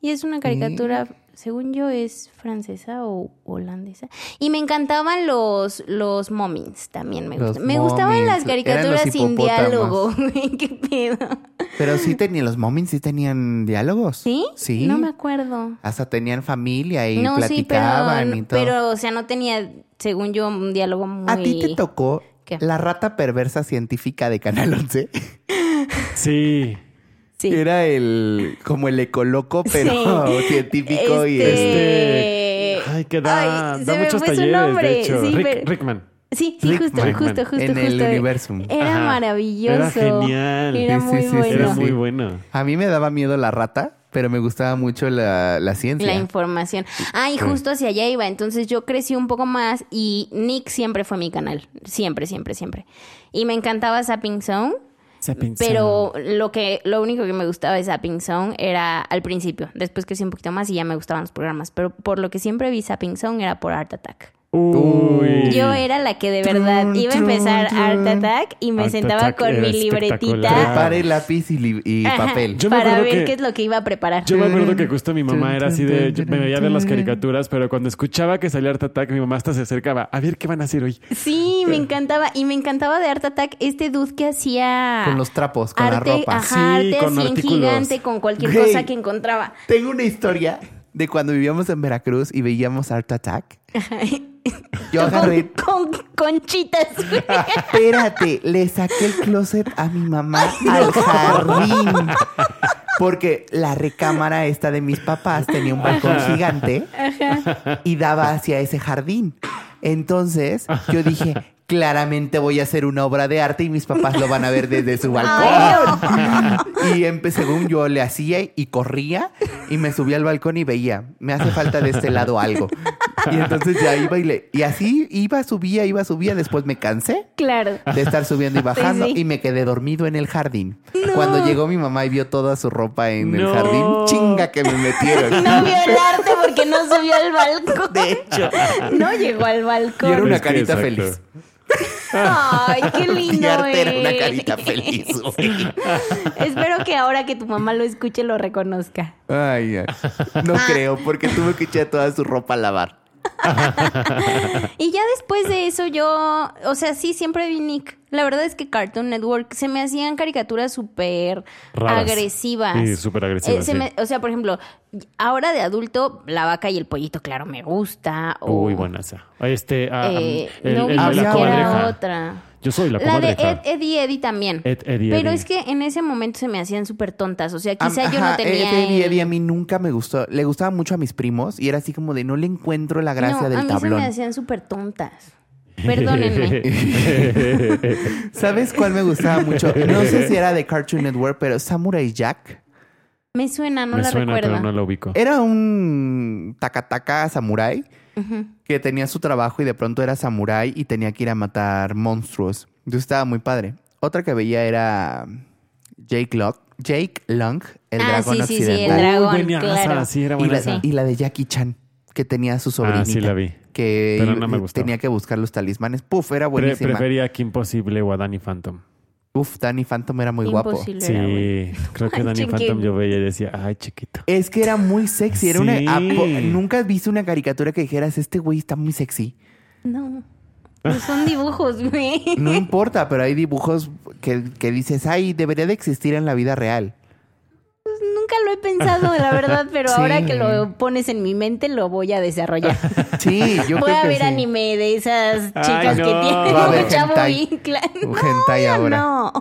Speaker 4: Y es una caricatura, según yo, es francesa o holandesa. Y me encantaban los, los momins también. Me,
Speaker 3: Los
Speaker 4: gustan. me gustaban
Speaker 3: Mommins.
Speaker 4: las caricaturas
Speaker 3: Eran los
Speaker 4: sin
Speaker 3: hipopótamos.
Speaker 4: diálogo. güey, ¿Qué pedo?
Speaker 3: Pero sí tenían, los momins sí tenían diálogos.
Speaker 4: ¿Sí?
Speaker 3: Sí.
Speaker 4: No me acuerdo.
Speaker 3: Hasta tenían familia y
Speaker 4: no, sí,
Speaker 3: platicaban
Speaker 4: pero,
Speaker 3: y todo.
Speaker 4: pero, o sea, no tenía, según yo, un diálogo muy...
Speaker 3: ¿A ti te tocó
Speaker 4: ¿Qué?
Speaker 3: la rata perversa científica de Canal 11?
Speaker 2: Sí.
Speaker 4: Sí.
Speaker 3: Era el como el ecoloco, pero científico y este.
Speaker 4: Este-
Speaker 2: Ay, que da,
Speaker 4: Ay,
Speaker 2: da
Speaker 4: se me
Speaker 2: muchos
Speaker 4: fue su
Speaker 2: talleres, de
Speaker 4: nombre.
Speaker 2: hecho.
Speaker 4: Sí,
Speaker 2: Rick-
Speaker 4: pero-
Speaker 2: Rickman.
Speaker 4: Sí, sí, justo,
Speaker 2: Rickman.
Speaker 4: justo, justo.
Speaker 3: En el
Speaker 4: justo.
Speaker 3: Universum.
Speaker 4: Era
Speaker 2: Ajá.
Speaker 4: maravilloso.
Speaker 2: Era genial.
Speaker 4: Era
Speaker 3: Sí,
Speaker 4: muy
Speaker 3: sí, sí, sí,
Speaker 4: bueno.
Speaker 2: Era
Speaker 3: sí.
Speaker 2: muy bueno.
Speaker 3: A mí me daba miedo la rata, pero me gustaba mucho la, la
Speaker 4: La
Speaker 3: ciencia.
Speaker 4: información. Ah, y justo hacia allá iba. Entonces yo crecí un poco más y Nick siempre fue mi canal. Siempre, siempre, siempre. Y me encantaba Zapping Zone. Pero lo que lo único que me gustaba de Zapping Zone era al principio. Después crecí un poquito más y ya me gustaban los programas. Pero por lo que siempre vi Zapping Zone era por Art Attack.
Speaker 2: Uy.
Speaker 4: Yo era la que de verdad
Speaker 3: Trun,
Speaker 4: iba a
Speaker 3: trun,
Speaker 4: empezar
Speaker 3: trun.
Speaker 4: Art Attack y me
Speaker 2: Art
Speaker 4: sentaba
Speaker 2: Attack
Speaker 4: con
Speaker 2: era
Speaker 4: mi
Speaker 2: espectacular.
Speaker 4: libretita
Speaker 3: Prepare lápiz y, li- y
Speaker 4: ajá,
Speaker 3: papel.
Speaker 2: Yo me
Speaker 4: para
Speaker 2: acuerdo
Speaker 4: ver
Speaker 2: que-
Speaker 4: qué es lo que iba a preparar. Mm.
Speaker 2: Yo me acuerdo que justo mi mamá era así de. yo me veía ver las caricaturas, pero cuando escuchaba que salía Art Attack, mi mamá hasta se acercaba. A ver qué van a hacer hoy.
Speaker 4: Sí, me encantaba. Y me encantaba de Art Attack este dude que hacía...
Speaker 3: Con los trapos, con la
Speaker 4: arte,
Speaker 3: ropa.
Speaker 4: Ajá,
Speaker 2: Sí,
Speaker 4: arte
Speaker 2: con
Speaker 4: así en
Speaker 2: artículos.
Speaker 4: gigante, con cualquier
Speaker 3: Güey.
Speaker 4: cosa que encontraba.
Speaker 3: Tengo una historia de cuando vivíamos en Veracruz y veíamos Art Attack. Yo agarré.
Speaker 4: Con, con conchitas. güey.
Speaker 3: Espérate, le saqué el closet a mi mamá al jardín. Porque la recámara esta de mis papás tenía un balcón gigante y daba hacia ese jardín. Entonces yo dije, claramente voy a hacer una obra de arte y mis papás lo van a ver desde su balcón. Y empecé, según yo le hacía y corría y me subía al balcón y veía, me hace falta de este lado algo. Y entonces ya iba y le... Y así iba, subía, iba, subía, después me cansé
Speaker 4: Claro.
Speaker 3: de estar subiendo y bajando
Speaker 4: sí.
Speaker 3: y me quedé dormido en el jardín. Cuando llegó mi mamá y vio toda su ropa en
Speaker 2: No.
Speaker 3: el jardín, chinga que me metieron.
Speaker 4: No vio el arte porque no subió al balcón.
Speaker 3: De hecho,
Speaker 4: No llegó al
Speaker 3: y era
Speaker 4: balcón.
Speaker 3: una
Speaker 2: Es que
Speaker 3: carita
Speaker 2: exacto.
Speaker 3: feliz.
Speaker 4: Ay, qué
Speaker 3: Y
Speaker 4: lindo. eh.
Speaker 3: arte era una
Speaker 4: eres.
Speaker 3: carita feliz. güey.
Speaker 4: Espero que ahora que tu mamá lo escuche lo reconozca.
Speaker 3: Ay, ay. no
Speaker 4: Ah.
Speaker 3: creo, porque tuve que echar toda su ropa a lavar.
Speaker 4: Y ya después de eso yo, o sea, sí, siempre vi Nick. La verdad es que Cartoon Network se me hacían caricaturas súper
Speaker 2: Raras.
Speaker 4: agresivas. Eh,
Speaker 2: Sí, súper agresivas,
Speaker 4: se
Speaker 2: sí.
Speaker 4: me- o sea, por ejemplo, ahora de adulto, la vaca y el pollito, claro, me gusta. O,
Speaker 2: Uy, buenaza. Este. ah,
Speaker 4: eh,
Speaker 2: el-
Speaker 4: no
Speaker 2: el de
Speaker 4: vi
Speaker 2: la
Speaker 3: siquiera
Speaker 2: comadreja.
Speaker 4: otra.
Speaker 2: Yo soy la
Speaker 4: La de
Speaker 2: comadreja.
Speaker 4: Ed, Eddie Eddie también.
Speaker 2: Ed, Eddie,
Speaker 4: Pero
Speaker 2: Eddie.
Speaker 4: es que en ese momento se me hacían súper tontas. O sea,
Speaker 3: Am-
Speaker 4: quizá yo no
Speaker 3: ajá,
Speaker 4: tenía.
Speaker 3: Eddie, Eddie,
Speaker 4: el-
Speaker 3: Eddie a mí nunca me gustó. Le gustaba mucho a mis primos y era así como de no le encuentro la
Speaker 4: No,
Speaker 3: gracia
Speaker 4: a
Speaker 3: del
Speaker 4: mí se
Speaker 3: tablón.
Speaker 4: me hacían súper tontas. Perdónenme.
Speaker 3: ¿Sabes cuál me gustaba mucho? No sé si era de Cartoon Network, pero Samurai Jack.
Speaker 4: Me suena, no
Speaker 2: me
Speaker 4: la
Speaker 2: suena,
Speaker 4: recuerdo.
Speaker 2: pero no la ubico.
Speaker 3: Era un takataka samurái que tenía su trabajo y de pronto era samurái y tenía que ir a matar monstruos. Entonces estaba muy padre. Otra que veía era Jake Long, Jake Long el
Speaker 4: Ah,
Speaker 3: dragón
Speaker 4: sí, sí, sí, el
Speaker 3: occidental.
Speaker 4: dragón.
Speaker 2: Uy, buenaza,
Speaker 4: claro.
Speaker 2: Sí, era
Speaker 3: y, la,
Speaker 2: buenaza.
Speaker 3: y la de Jackie Chan, que tenía a su sobrinita.
Speaker 2: Ah, sí la vi.
Speaker 3: Que
Speaker 2: Pero no me
Speaker 3: iba-
Speaker 2: gustaba.
Speaker 3: tenía que buscar los talismanes. Puf, era
Speaker 2: Pre-
Speaker 3: buenísima.
Speaker 2: prefería a Kim Possible o a Danny Phantom.
Speaker 3: Uf, Danny Phantom era muy guapo.
Speaker 4: Imposible
Speaker 2: Sí,
Speaker 4: era, güey.
Speaker 2: creo que Danny
Speaker 4: Manchen, que-
Speaker 2: Phantom yo veía y decía, ay, chiquito.
Speaker 3: Es que era muy sexy. Era una,
Speaker 2: Sí.
Speaker 3: ¿a po- Nunca viste una caricatura que dijeras, este güey está muy sexy.
Speaker 4: No. Pues son dibujos, güey.
Speaker 3: No importa, pero hay dibujos que, que dices, ay, debería de existir en la vida real.
Speaker 4: Nunca lo he pensado, la verdad, pero
Speaker 3: Sí.
Speaker 4: ahora que lo pones en mi mente lo voy a desarrollar.
Speaker 3: Sí, yo
Speaker 4: voy
Speaker 3: creo
Speaker 4: a
Speaker 3: que
Speaker 4: ver
Speaker 3: sí.
Speaker 4: anime de esas chicas
Speaker 2: no.
Speaker 4: que tienen
Speaker 3: Va a haber
Speaker 4: mucha
Speaker 3: hentai.
Speaker 4: bobicla.
Speaker 3: Un hentai
Speaker 4: No,
Speaker 3: ahora.
Speaker 4: no.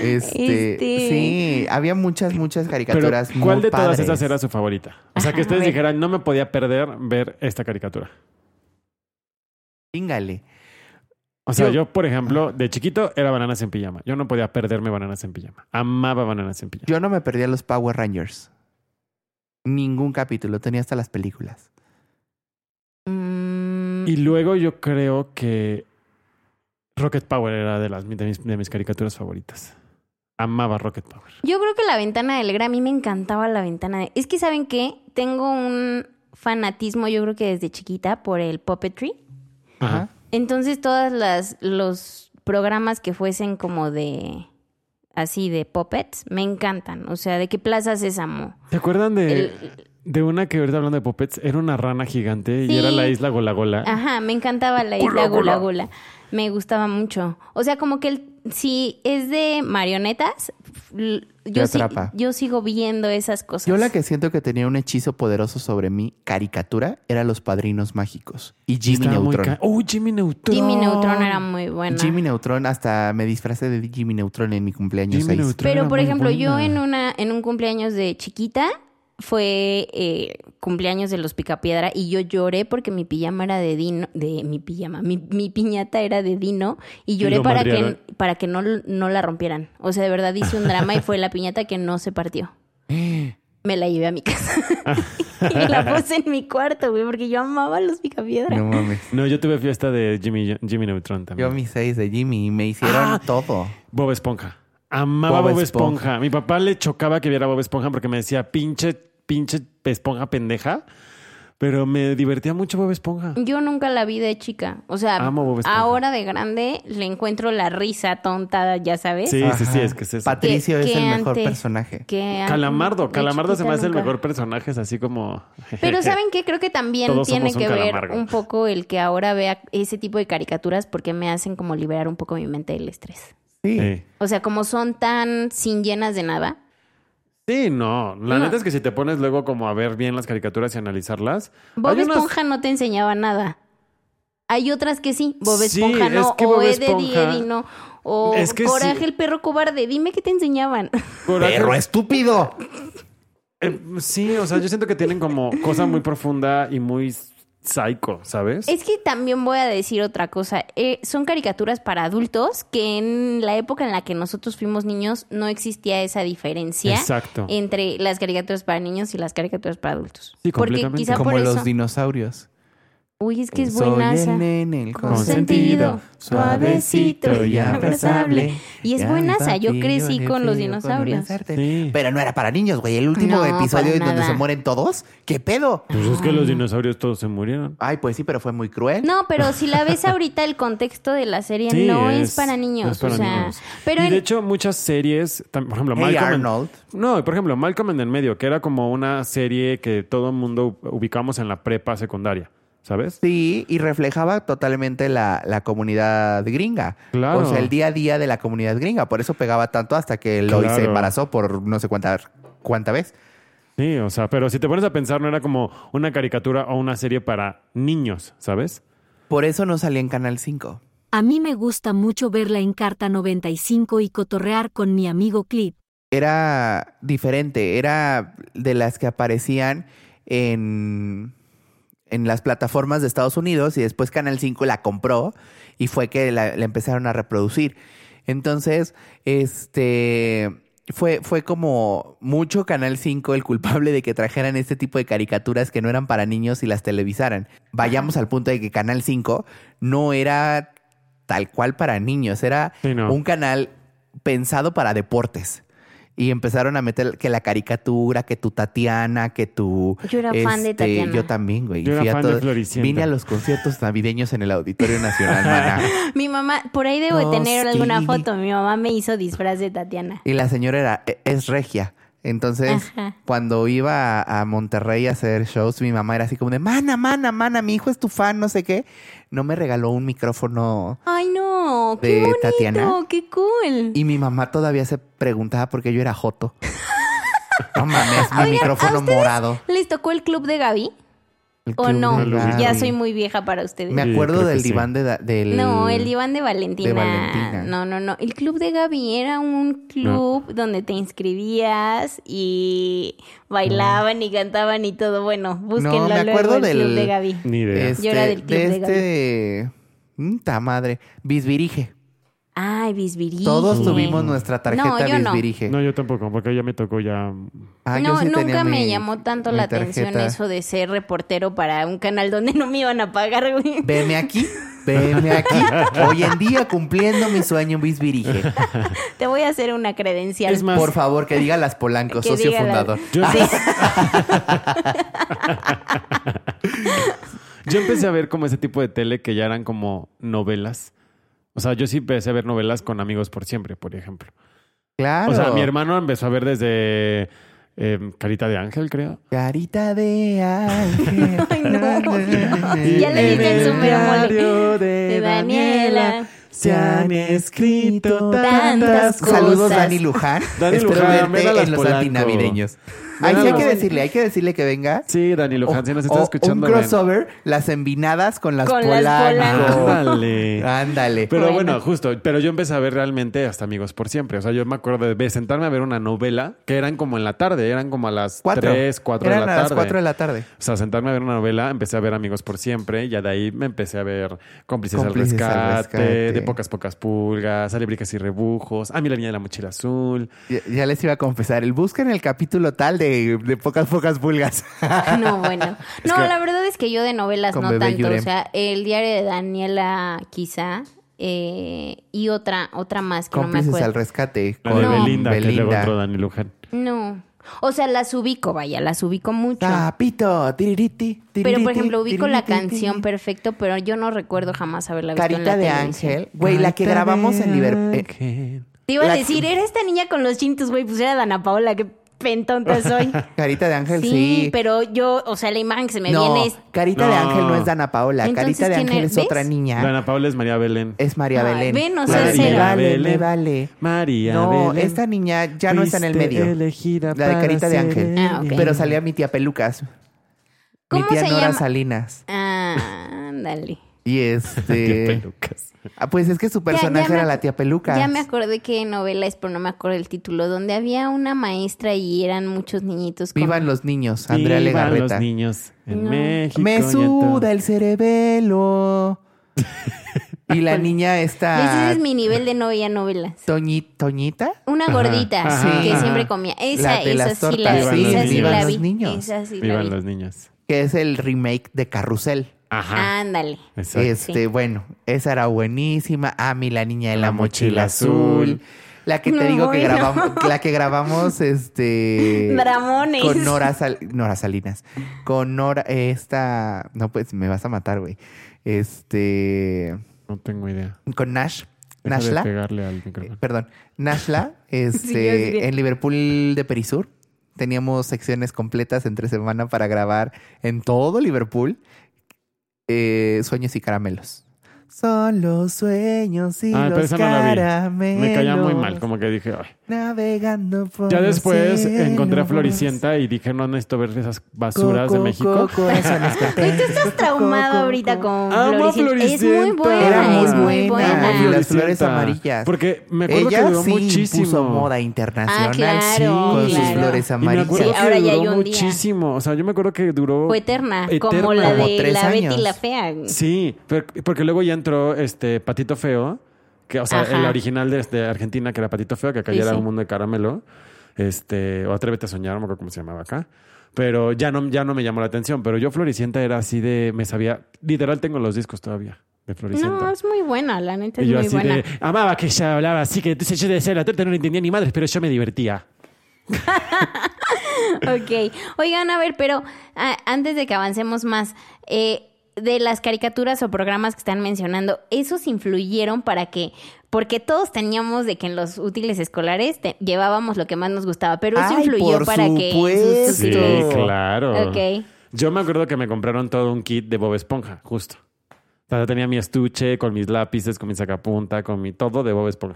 Speaker 3: Este,
Speaker 4: Este.
Speaker 3: sí, había muchas, muchas
Speaker 2: Pero,
Speaker 3: caricaturas
Speaker 2: ¿cuál
Speaker 3: muy
Speaker 2: de todas
Speaker 3: padres.
Speaker 2: esas era su favorita? O sea,
Speaker 4: Ajá,
Speaker 2: que ustedes
Speaker 4: a ver.
Speaker 2: dijeran, no me podía perder ver esta caricatura.
Speaker 3: Chingale.
Speaker 2: O sea,
Speaker 3: Yo-
Speaker 2: yo, por ejemplo, de chiquito era Bananas en Pijama. Yo no podía perderme Bananas en Pijama. Amaba Bananas en Pijama.
Speaker 3: Yo no me perdía los Power Rangers. Ningún capítulo, tenía hasta las películas.
Speaker 4: Mm,
Speaker 2: Y luego yo creo que Rocket Power era de, las, de, mis, de mis caricaturas favoritas. Amaba Rocket Power.
Speaker 4: Yo creo que la ventana del Grammy me encantaba la ventana. de- Es que, ¿saben qué? Tengo un fanatismo, yo creo que desde chiquita, por el puppetry.
Speaker 2: Ajá.
Speaker 4: Entonces todas las los programas que fuesen como de así de puppets me encantan, o sea, de qué Plaza Sésamo.
Speaker 2: ¿Se acuerdan de,
Speaker 4: El-
Speaker 2: de una que ahorita hablando de Puppets? Era una rana gigante
Speaker 4: Sí.
Speaker 2: y era la isla Gola Gola.
Speaker 4: Ajá, me encantaba la isla Gula Gula. Me gustaba mucho. O sea, como que el- si es de marionetas, l-
Speaker 3: Te
Speaker 4: yo, sí-
Speaker 3: atrapa.
Speaker 4: yo sigo viendo esas cosas.
Speaker 3: Yo la que siento que tenía un hechizo poderoso sobre mi caricatura era Los Padrinos Mágicos y Jimmy
Speaker 2: Estaba muy
Speaker 3: Neutron.
Speaker 2: ca- ¡Oh, Jimmy Neutron!
Speaker 4: Jimmy Neutron era muy buena.
Speaker 3: Jimmy Neutron, hasta me disfracé de Jimmy Neutron en mi cumpleaños
Speaker 2: Jimmy
Speaker 3: 6.
Speaker 2: Neutron
Speaker 4: Pero
Speaker 2: era
Speaker 4: por
Speaker 2: muy
Speaker 4: ejemplo, yo
Speaker 2: buena.
Speaker 4: en una en un cumpleaños de chiquita fue eh, cumpleaños de los Picapiedra y yo lloré porque mi pijama era de Dino, de mi pijama, mi, mi piñata era de Dino y lloré
Speaker 2: lo
Speaker 4: para que
Speaker 2: madrearon.
Speaker 4: para que no, no la rompieran. O sea, de verdad hice un drama y fue la piñata que no se partió. Me la llevé a mi casa y la puse en mi cuarto, güey, porque yo amaba los Picapiedra.
Speaker 3: No mames.
Speaker 2: No, yo tuve fiesta de Jimmy, Jimmy Neutron también.
Speaker 3: Yo mis seis de Jimmy y me hicieron
Speaker 2: Ah.
Speaker 3: todo.
Speaker 2: Bob Esponja. Amaba Bob,
Speaker 3: Bob
Speaker 2: Esponja.
Speaker 3: Esponja.
Speaker 2: Mi papá le chocaba que viera Bob Esponja porque me decía, pinche, pinche esponja pendeja. Pero me divertía mucho Bob Esponja.
Speaker 4: Yo nunca la vi de chica. O sea,
Speaker 2: Amo Bob Esponja.
Speaker 4: ahora de grande le encuentro la risa tonta, ya sabes.
Speaker 2: Sí, sí, sí,
Speaker 3: Ajá.
Speaker 2: es que es eso.
Speaker 3: Patricio
Speaker 4: Que-
Speaker 3: es
Speaker 4: que
Speaker 3: el mejor
Speaker 4: antes.
Speaker 3: personaje.
Speaker 4: Que
Speaker 2: Calamardo.
Speaker 4: de
Speaker 2: Calamardo se me
Speaker 4: chiquita
Speaker 2: hace el
Speaker 4: nunca.
Speaker 2: mejor personaje, es así como...
Speaker 4: Pero ¿saben qué? Creo que también
Speaker 2: Todos
Speaker 4: tiene
Speaker 2: somos un
Speaker 4: que ver
Speaker 2: calamardo.
Speaker 4: un poco el que ahora vea ese tipo de caricaturas porque me hacen como liberar un poco mi mente del estrés.
Speaker 3: Sí.
Speaker 2: Sí.
Speaker 4: O sea, como son tan sin llenas de nada.
Speaker 2: Sí, no. La
Speaker 4: No.
Speaker 2: neta es que si te pones luego como a ver bien las caricaturas y analizarlas...
Speaker 4: Bob
Speaker 2: hay unas-
Speaker 4: Esponja no te enseñaba nada. Hay otras que sí. Bob
Speaker 2: Sí,
Speaker 4: Esponja no,
Speaker 2: es que
Speaker 4: o
Speaker 2: Bob
Speaker 4: Eddie
Speaker 2: Esponja-
Speaker 4: Eddy no, o
Speaker 2: Es que sí.
Speaker 4: Coraje el perro cobarde. Dime qué te enseñaban.
Speaker 2: Coraje-
Speaker 3: ¡Perro estúpido!
Speaker 2: Eh, sí, o sea, yo siento que tienen como cosa muy profunda y muy psycho, ¿sabes?
Speaker 4: Es que también voy a decir otra cosa. Eh, son caricaturas para adultos que en la época en la que nosotros fuimos niños no existía esa diferencia
Speaker 2: Exacto.
Speaker 4: entre las caricaturas para niños y las caricaturas para adultos.
Speaker 2: Sí,
Speaker 4: Porque
Speaker 2: completamente.
Speaker 4: quizá
Speaker 3: Como
Speaker 4: por
Speaker 3: los
Speaker 4: eso.
Speaker 3: dinosaurios.
Speaker 4: Uy, es que es
Speaker 3: Soy
Speaker 4: buenaza.
Speaker 3: el nene, el
Speaker 4: Consentido,
Speaker 3: consentido, suavecito y abrazable.
Speaker 4: Y es
Speaker 3: Ya
Speaker 4: buenaza, yo
Speaker 3: papi,
Speaker 4: crecí
Speaker 3: le
Speaker 4: con los
Speaker 3: pido
Speaker 4: dinosaurios.
Speaker 3: abrazarte.
Speaker 2: Sí.
Speaker 3: Pero no era para niños, güey. El último
Speaker 4: No,
Speaker 3: episodio
Speaker 4: para
Speaker 3: en donde
Speaker 4: nada.
Speaker 3: se mueren todos. ¿Qué pedo?
Speaker 2: Pues es que
Speaker 4: ah.
Speaker 2: los dinosaurios todos se murieron.
Speaker 3: Ay, pues sí, pero fue muy cruel.
Speaker 4: No, pero si la ves ahorita, el contexto de la serie
Speaker 2: Sí,
Speaker 4: no es, para niños.
Speaker 2: no es para
Speaker 4: o sea,
Speaker 2: niños.
Speaker 4: Pero
Speaker 2: y de
Speaker 4: en-
Speaker 2: hecho, muchas series, tam- por ejemplo,
Speaker 3: Hey
Speaker 2: Malcolm. en-
Speaker 3: Arnold.
Speaker 2: no, y por ejemplo, Malcolm en el medio, que era como una serie que todo el mundo ubicamos en la prepa secundaria, ¿sabes?
Speaker 3: Sí, y reflejaba totalmente la, la comunidad gringa.
Speaker 2: Claro.
Speaker 3: O sea, el día a día de la comunidad gringa. Por eso pegaba tanto hasta que Lois
Speaker 2: Claro.
Speaker 3: se embarazó por no sé cuánta, cuánta vez.
Speaker 2: Sí, o sea, pero si te pones a pensar, no era como una caricatura o una serie para niños, ¿sabes?
Speaker 3: Por eso no salía en Canal 5.
Speaker 1: A mí me gusta mucho verla en Carta 95 y cotorrear con mi amigo Clip.
Speaker 3: Era diferente. Era de las que aparecían en, en las plataformas de Estados Unidos y después Canal 5 la compró y fue que la, la empezaron a reproducir. Entonces, este fue, fue como mucho Canal 5 el culpable de que trajeran este tipo de caricaturas que no eran para niños y las televisaran. Vayamos al punto de que Canal 5 no era tal cual para niños, era
Speaker 2: Sí, no.
Speaker 3: un canal pensado para deportes. Y empezaron a meter que la caricatura, que tu Tatiana, que tu...
Speaker 4: Yo era fan de Tatiana.
Speaker 3: este, Yo también, güey.
Speaker 2: Yo era
Speaker 3: Fui a
Speaker 2: fan de
Speaker 3: todo-
Speaker 2: Floricienta.
Speaker 3: Vine a los conciertos navideños en el Auditorio Nacional, maná.
Speaker 4: mi mamá, por ahí debo de tener
Speaker 3: Hostia.
Speaker 4: alguna foto. Mi mamá me hizo disfraz de Tatiana.
Speaker 3: Y la señora era, e- es regia. Entonces,
Speaker 4: Ajá.
Speaker 3: cuando iba a, a Monterrey a hacer shows, mi mamá era así como de, mana, mana, mana, mi hijo es tu fan, no sé qué. No me regaló un micrófono.
Speaker 4: Ay, no, qué
Speaker 3: De
Speaker 4: bonito,
Speaker 3: Tatiana.
Speaker 4: qué cool.
Speaker 3: Y mi mamá todavía se preguntaba por qué yo era joto. no mames, mi micrófono morado.
Speaker 4: ¿Les tocó el club de Gaby?
Speaker 3: El
Speaker 4: ¿O
Speaker 3: club
Speaker 4: no?
Speaker 3: de Gaby.
Speaker 4: Ya soy muy vieja para ustedes.
Speaker 3: Me
Speaker 2: Sí,
Speaker 3: acuerdo
Speaker 2: creo que
Speaker 3: del
Speaker 2: sí.
Speaker 3: diván de, da- del...
Speaker 4: No, el diván de Valentina.
Speaker 3: de Valentina.
Speaker 4: No, no, no. El club de Gaby era un club donde te inscribías y bailaban y cantaban y todo. Bueno, búsquenlo
Speaker 3: me
Speaker 4: luego,
Speaker 3: acuerdo
Speaker 4: el club
Speaker 3: del-
Speaker 4: de Gaby.
Speaker 2: Ni idea.
Speaker 3: Este,
Speaker 4: Yo era del club
Speaker 3: de
Speaker 4: de
Speaker 3: este... Ta madre. Bisbirige.
Speaker 4: Ay, bisbirige.
Speaker 3: Todos tuvimos nuestra tarjeta
Speaker 4: No, yo no.
Speaker 3: Bisbirige.
Speaker 2: No, yo tampoco, porque ya me tocó ya.
Speaker 3: Ah, yo
Speaker 4: no,
Speaker 3: sí tenía
Speaker 4: nunca me
Speaker 3: mi-
Speaker 4: llamó tanto
Speaker 3: mi
Speaker 4: la atención
Speaker 3: tarjeta.
Speaker 4: eso de ser reportero para un canal donde no me iban a pagar, güey.
Speaker 3: Veme aquí, veme aquí. Hoy en día cumpliendo mi sueño, Bisbirige.
Speaker 4: Te voy a hacer una credencial.
Speaker 2: Es más,
Speaker 3: Por favor, que diga las Polanco,
Speaker 4: Que
Speaker 3: socio
Speaker 4: diga la-
Speaker 3: fundador.
Speaker 4: Ah,
Speaker 2: Yo, Yo empecé a ver como ese tipo de tele que ya eran como novelas. O sea, yo sí empecé a ver novelas con amigos por siempre, por ejemplo.
Speaker 3: Claro.
Speaker 2: O sea, mi hermano empezó a ver desde eh, Carita de Ángel, creo.
Speaker 3: Carita de ángel.
Speaker 4: Ay, no. Ya le dije
Speaker 2: En
Speaker 4: el
Speaker 2: el
Speaker 4: supermole.
Speaker 2: diario de,
Speaker 4: De Daniela.
Speaker 2: Daniela. Se han escrito
Speaker 4: Tantas
Speaker 2: tantas cosas.
Speaker 3: Saludos,
Speaker 4: cosas.
Speaker 3: Dani Luján.
Speaker 2: Dani
Speaker 3: Espero
Speaker 2: Luján, ven a
Speaker 3: verte
Speaker 2: las
Speaker 3: en los
Speaker 2: Polanco.
Speaker 3: antinavideños.
Speaker 2: Ven
Speaker 3: Ahí
Speaker 2: a
Speaker 3: sí hay
Speaker 2: las-
Speaker 3: que decirle, hay que decirle que venga.
Speaker 2: Sí, Dani Luján, si nos estás
Speaker 3: o
Speaker 2: escuchando. ven.
Speaker 3: Un crossover, las embinadas con las
Speaker 4: Con las
Speaker 3: Polanco.
Speaker 4: Polanco.
Speaker 2: Ándale.
Speaker 3: Ándale.
Speaker 2: Pero bueno.
Speaker 4: Bueno.
Speaker 2: justo, pero yo empecé a ver realmente hasta Amigos por Siempre. O sea, yo me acuerdo de- de sentarme a ver una novela que eran como en la tarde, eran como a las
Speaker 3: Cuatro.
Speaker 2: 3, 4
Speaker 3: Eran
Speaker 2: de la
Speaker 3: a
Speaker 2: tarde.
Speaker 3: las cuatro de la tarde.
Speaker 2: O sea, sentarme a ver una novela, empecé a ver Amigos por Siempre, ya de ahí me empecé a ver Cómplices,
Speaker 3: Cómplices
Speaker 2: al,
Speaker 3: al
Speaker 2: rescate,
Speaker 3: Rescate.
Speaker 2: De Pocas Pocas Pulgas, Alebricas y Rebujos, A mí la niña de la mochila azul.
Speaker 3: Ya, ya les iba a confesar, el busca en el capítulo tal de, de pocas, pocas vulgas.
Speaker 4: No, bueno. No,
Speaker 2: que-
Speaker 4: la verdad es que yo de novelas
Speaker 3: Con
Speaker 4: no
Speaker 3: Bebé
Speaker 4: tanto.
Speaker 3: Yurem.
Speaker 4: O sea, el diario de Daniela, quizá. eh, y otra, otra más que no me
Speaker 3: Cómplices
Speaker 4: acuerdo.
Speaker 3: al rescate.
Speaker 2: La de
Speaker 4: No.
Speaker 2: Belinda, que luego entró Dani Luján.
Speaker 4: No. O sea, las ubico, vaya, las ubico mucho.
Speaker 3: Tapito, tiririti,
Speaker 4: pero,
Speaker 3: tiririti,
Speaker 4: por ejemplo, ubico la
Speaker 3: tiririti,
Speaker 4: canción
Speaker 3: tiririti.
Speaker 4: perfecto, pero yo no recuerdo jamás haberla visto en
Speaker 3: Carita
Speaker 4: la
Speaker 3: de
Speaker 4: televisión.
Speaker 3: ángel. Güey, la que grabamos en eh, Liverpool.
Speaker 2: Ángel.
Speaker 4: Te iba
Speaker 3: La-
Speaker 4: a decir, era esta niña con los chintos, güey, pues era Dana Paola, qué pentonta soy.
Speaker 3: Carita de ángel, sí.
Speaker 4: sí, pero yo, o sea, la imagen que se me
Speaker 3: no,
Speaker 4: viene es...
Speaker 3: Carita de
Speaker 2: No.
Speaker 3: ángel no es Dana Paola.
Speaker 4: Entonces,
Speaker 3: Carita de
Speaker 4: ¿quién
Speaker 3: ángel
Speaker 4: es?
Speaker 3: es otra
Speaker 4: ¿Ves?
Speaker 3: niña.
Speaker 2: Dana Paula es María Belén.
Speaker 3: Es María
Speaker 4: Ay,
Speaker 3: Belén.
Speaker 4: ven, o sea,
Speaker 3: Claro,
Speaker 4: cero.
Speaker 3: me vale, me
Speaker 2: Belén.
Speaker 3: vale.
Speaker 2: María
Speaker 3: No,
Speaker 2: Belén.
Speaker 3: esta niña ya no está en el
Speaker 2: Fuiste
Speaker 3: medio.
Speaker 2: elegida
Speaker 3: La de
Speaker 2: para
Speaker 3: Carita de
Speaker 2: ser
Speaker 3: Ángel.
Speaker 4: Ah, ok.
Speaker 3: Pero salía mi tía Pelucas.
Speaker 4: ¿Cómo
Speaker 3: mi tía
Speaker 4: se
Speaker 3: Nora
Speaker 4: llama?
Speaker 3: Salinas.
Speaker 4: Ah, ándale.
Speaker 3: Y
Speaker 2: Qué
Speaker 3: este.
Speaker 2: pelucas.
Speaker 3: Ah, pues es que su
Speaker 4: Ya- ya
Speaker 3: personaje
Speaker 4: me
Speaker 3: era
Speaker 4: ac-
Speaker 3: la tía Pelucas.
Speaker 4: Ya me acordé qué novela es, pero no me acuerdo el título, donde había una maestra y eran muchos niñitos. con-
Speaker 3: Vivan los niños, Andrea
Speaker 2: Vivan
Speaker 3: Legarreta.
Speaker 2: los niños en
Speaker 4: No.
Speaker 2: México. ya
Speaker 3: Me
Speaker 2: todo.
Speaker 3: suda el cerebelo. y la niña esta.
Speaker 4: Ese es mi nivel de novia novelas.
Speaker 3: Toñi- ¿Toñita?
Speaker 4: Una
Speaker 2: Ajá,
Speaker 4: gordita
Speaker 2: ajá,
Speaker 4: que
Speaker 3: ajá.
Speaker 4: siempre comía.
Speaker 3: La
Speaker 4: Esa,
Speaker 3: de las
Speaker 4: esa sí
Speaker 3: tortas,
Speaker 4: la,
Speaker 2: sí,
Speaker 4: esa sí
Speaker 2: vivan
Speaker 4: la
Speaker 2: los
Speaker 4: vi.
Speaker 3: niños.
Speaker 4: Esa sí la
Speaker 2: Vivan
Speaker 4: vi.
Speaker 2: los niños.
Speaker 3: Que es el remake de Carrusel.
Speaker 2: Ajá.
Speaker 4: Ándale.
Speaker 2: Exacto.
Speaker 3: Este, bueno, esa era buenísima. A mí la niña de la,
Speaker 2: La
Speaker 3: mochila,
Speaker 2: mochila
Speaker 3: azul.
Speaker 2: azul.
Speaker 3: La que te
Speaker 4: No,
Speaker 3: digo que
Speaker 4: bueno.
Speaker 3: grabamos, la que grabamos, este.
Speaker 4: Dramones.
Speaker 3: Con Nora, Sal- Nora Salinas. Con Nora, esta. No, pues me vas a matar, güey. Este.
Speaker 2: No tengo idea.
Speaker 3: Con Nash.
Speaker 2: Deja de
Speaker 3: Nashla.
Speaker 2: pegarle al
Speaker 3: eh,
Speaker 2: micrófono.
Speaker 3: Perdón. Nashla,
Speaker 4: yo
Speaker 3: este.
Speaker 4: así de-
Speaker 3: en Liverpool de Perisur. Teníamos secciones completas entre semana para grabar en todo Liverpool. eh, sueños y caramelos. Son los sueños y
Speaker 2: Ah, pero
Speaker 3: los
Speaker 2: esa no la vi.
Speaker 3: caramelos.
Speaker 2: Me caía muy mal, como que dije, ay.
Speaker 3: Navegando por
Speaker 2: Ya
Speaker 3: los
Speaker 2: después
Speaker 3: cielos.
Speaker 2: encontré a Floricienta y dije, no necesito ver esas basuras de
Speaker 3: Co- co-
Speaker 2: México.
Speaker 3: co- corazones
Speaker 4: Güey, tú estás
Speaker 3: contentos. Co-
Speaker 4: traumado
Speaker 3: co-
Speaker 4: ahorita
Speaker 3: co-
Speaker 4: con
Speaker 2: Amo a
Speaker 4: Floricienta. Es muy
Speaker 2: Floricienta.
Speaker 4: buena,
Speaker 3: Era muy
Speaker 4: es muy buena.
Speaker 3: buena. Y las
Speaker 2: Floricienta.
Speaker 3: flores amarillas.
Speaker 2: Porque me acuerdo
Speaker 3: Ella
Speaker 2: que duró
Speaker 3: sí
Speaker 2: muchísimo.
Speaker 3: impuso moda internacional
Speaker 4: Ah, claro,
Speaker 3: con sus
Speaker 4: claro.
Speaker 3: flores
Speaker 2: Y me
Speaker 3: amarillas.
Speaker 2: acuerdo
Speaker 4: Sí,
Speaker 2: que
Speaker 4: ahora ya
Speaker 2: duró
Speaker 4: hay un día.
Speaker 2: muchísimo. O sea, yo me acuerdo que duró.
Speaker 4: Fue eterna, como
Speaker 2: eterna.
Speaker 4: la
Speaker 3: Como
Speaker 4: de
Speaker 3: tres
Speaker 4: la Betty
Speaker 3: años.
Speaker 4: la Fea.
Speaker 2: Sí, pero- porque luego ya entró este Patito Feo, que, o sea,
Speaker 4: Ajá.
Speaker 2: el original de, de Argentina, que era Patito Feo, que acá
Speaker 4: Sí,
Speaker 2: ya era
Speaker 4: sí.
Speaker 2: un mundo de caramelo. Este, o Atrévete a soñar, no me acuerdo cómo se llamaba acá. Pero ya no, ya no me llamó la atención. Pero yo Floricienta era así de, me sabía, literal tengo los discos todavía de Floricienta.
Speaker 4: No, es muy buena, la neta es
Speaker 2: y yo
Speaker 4: muy
Speaker 2: así
Speaker 4: buena.
Speaker 2: de, amaba que ella hablaba así, que entonces yo de ser la torta no la entendía ni madres, pero yo me divertía.
Speaker 4: Ok. Oigan, a ver, pero a- antes de que avancemos más, eh, de las caricaturas o programas que están mencionando, ¿esos influyeron para que... Porque todos teníamos de que en los útiles escolares te- llevábamos lo que más nos gustaba, pero eso
Speaker 3: Ay,
Speaker 4: influyó
Speaker 3: por
Speaker 4: para que... sus
Speaker 3: supuesto.
Speaker 2: Sí,
Speaker 4: útiles-
Speaker 2: claro.
Speaker 4: Ok.
Speaker 2: Yo me acuerdo que me compraron todo un kit de Bob Esponja, justo. O sea, tenía mi estuche con mis lápices, con mi sacapunta, con mi todo de Bob Esponja.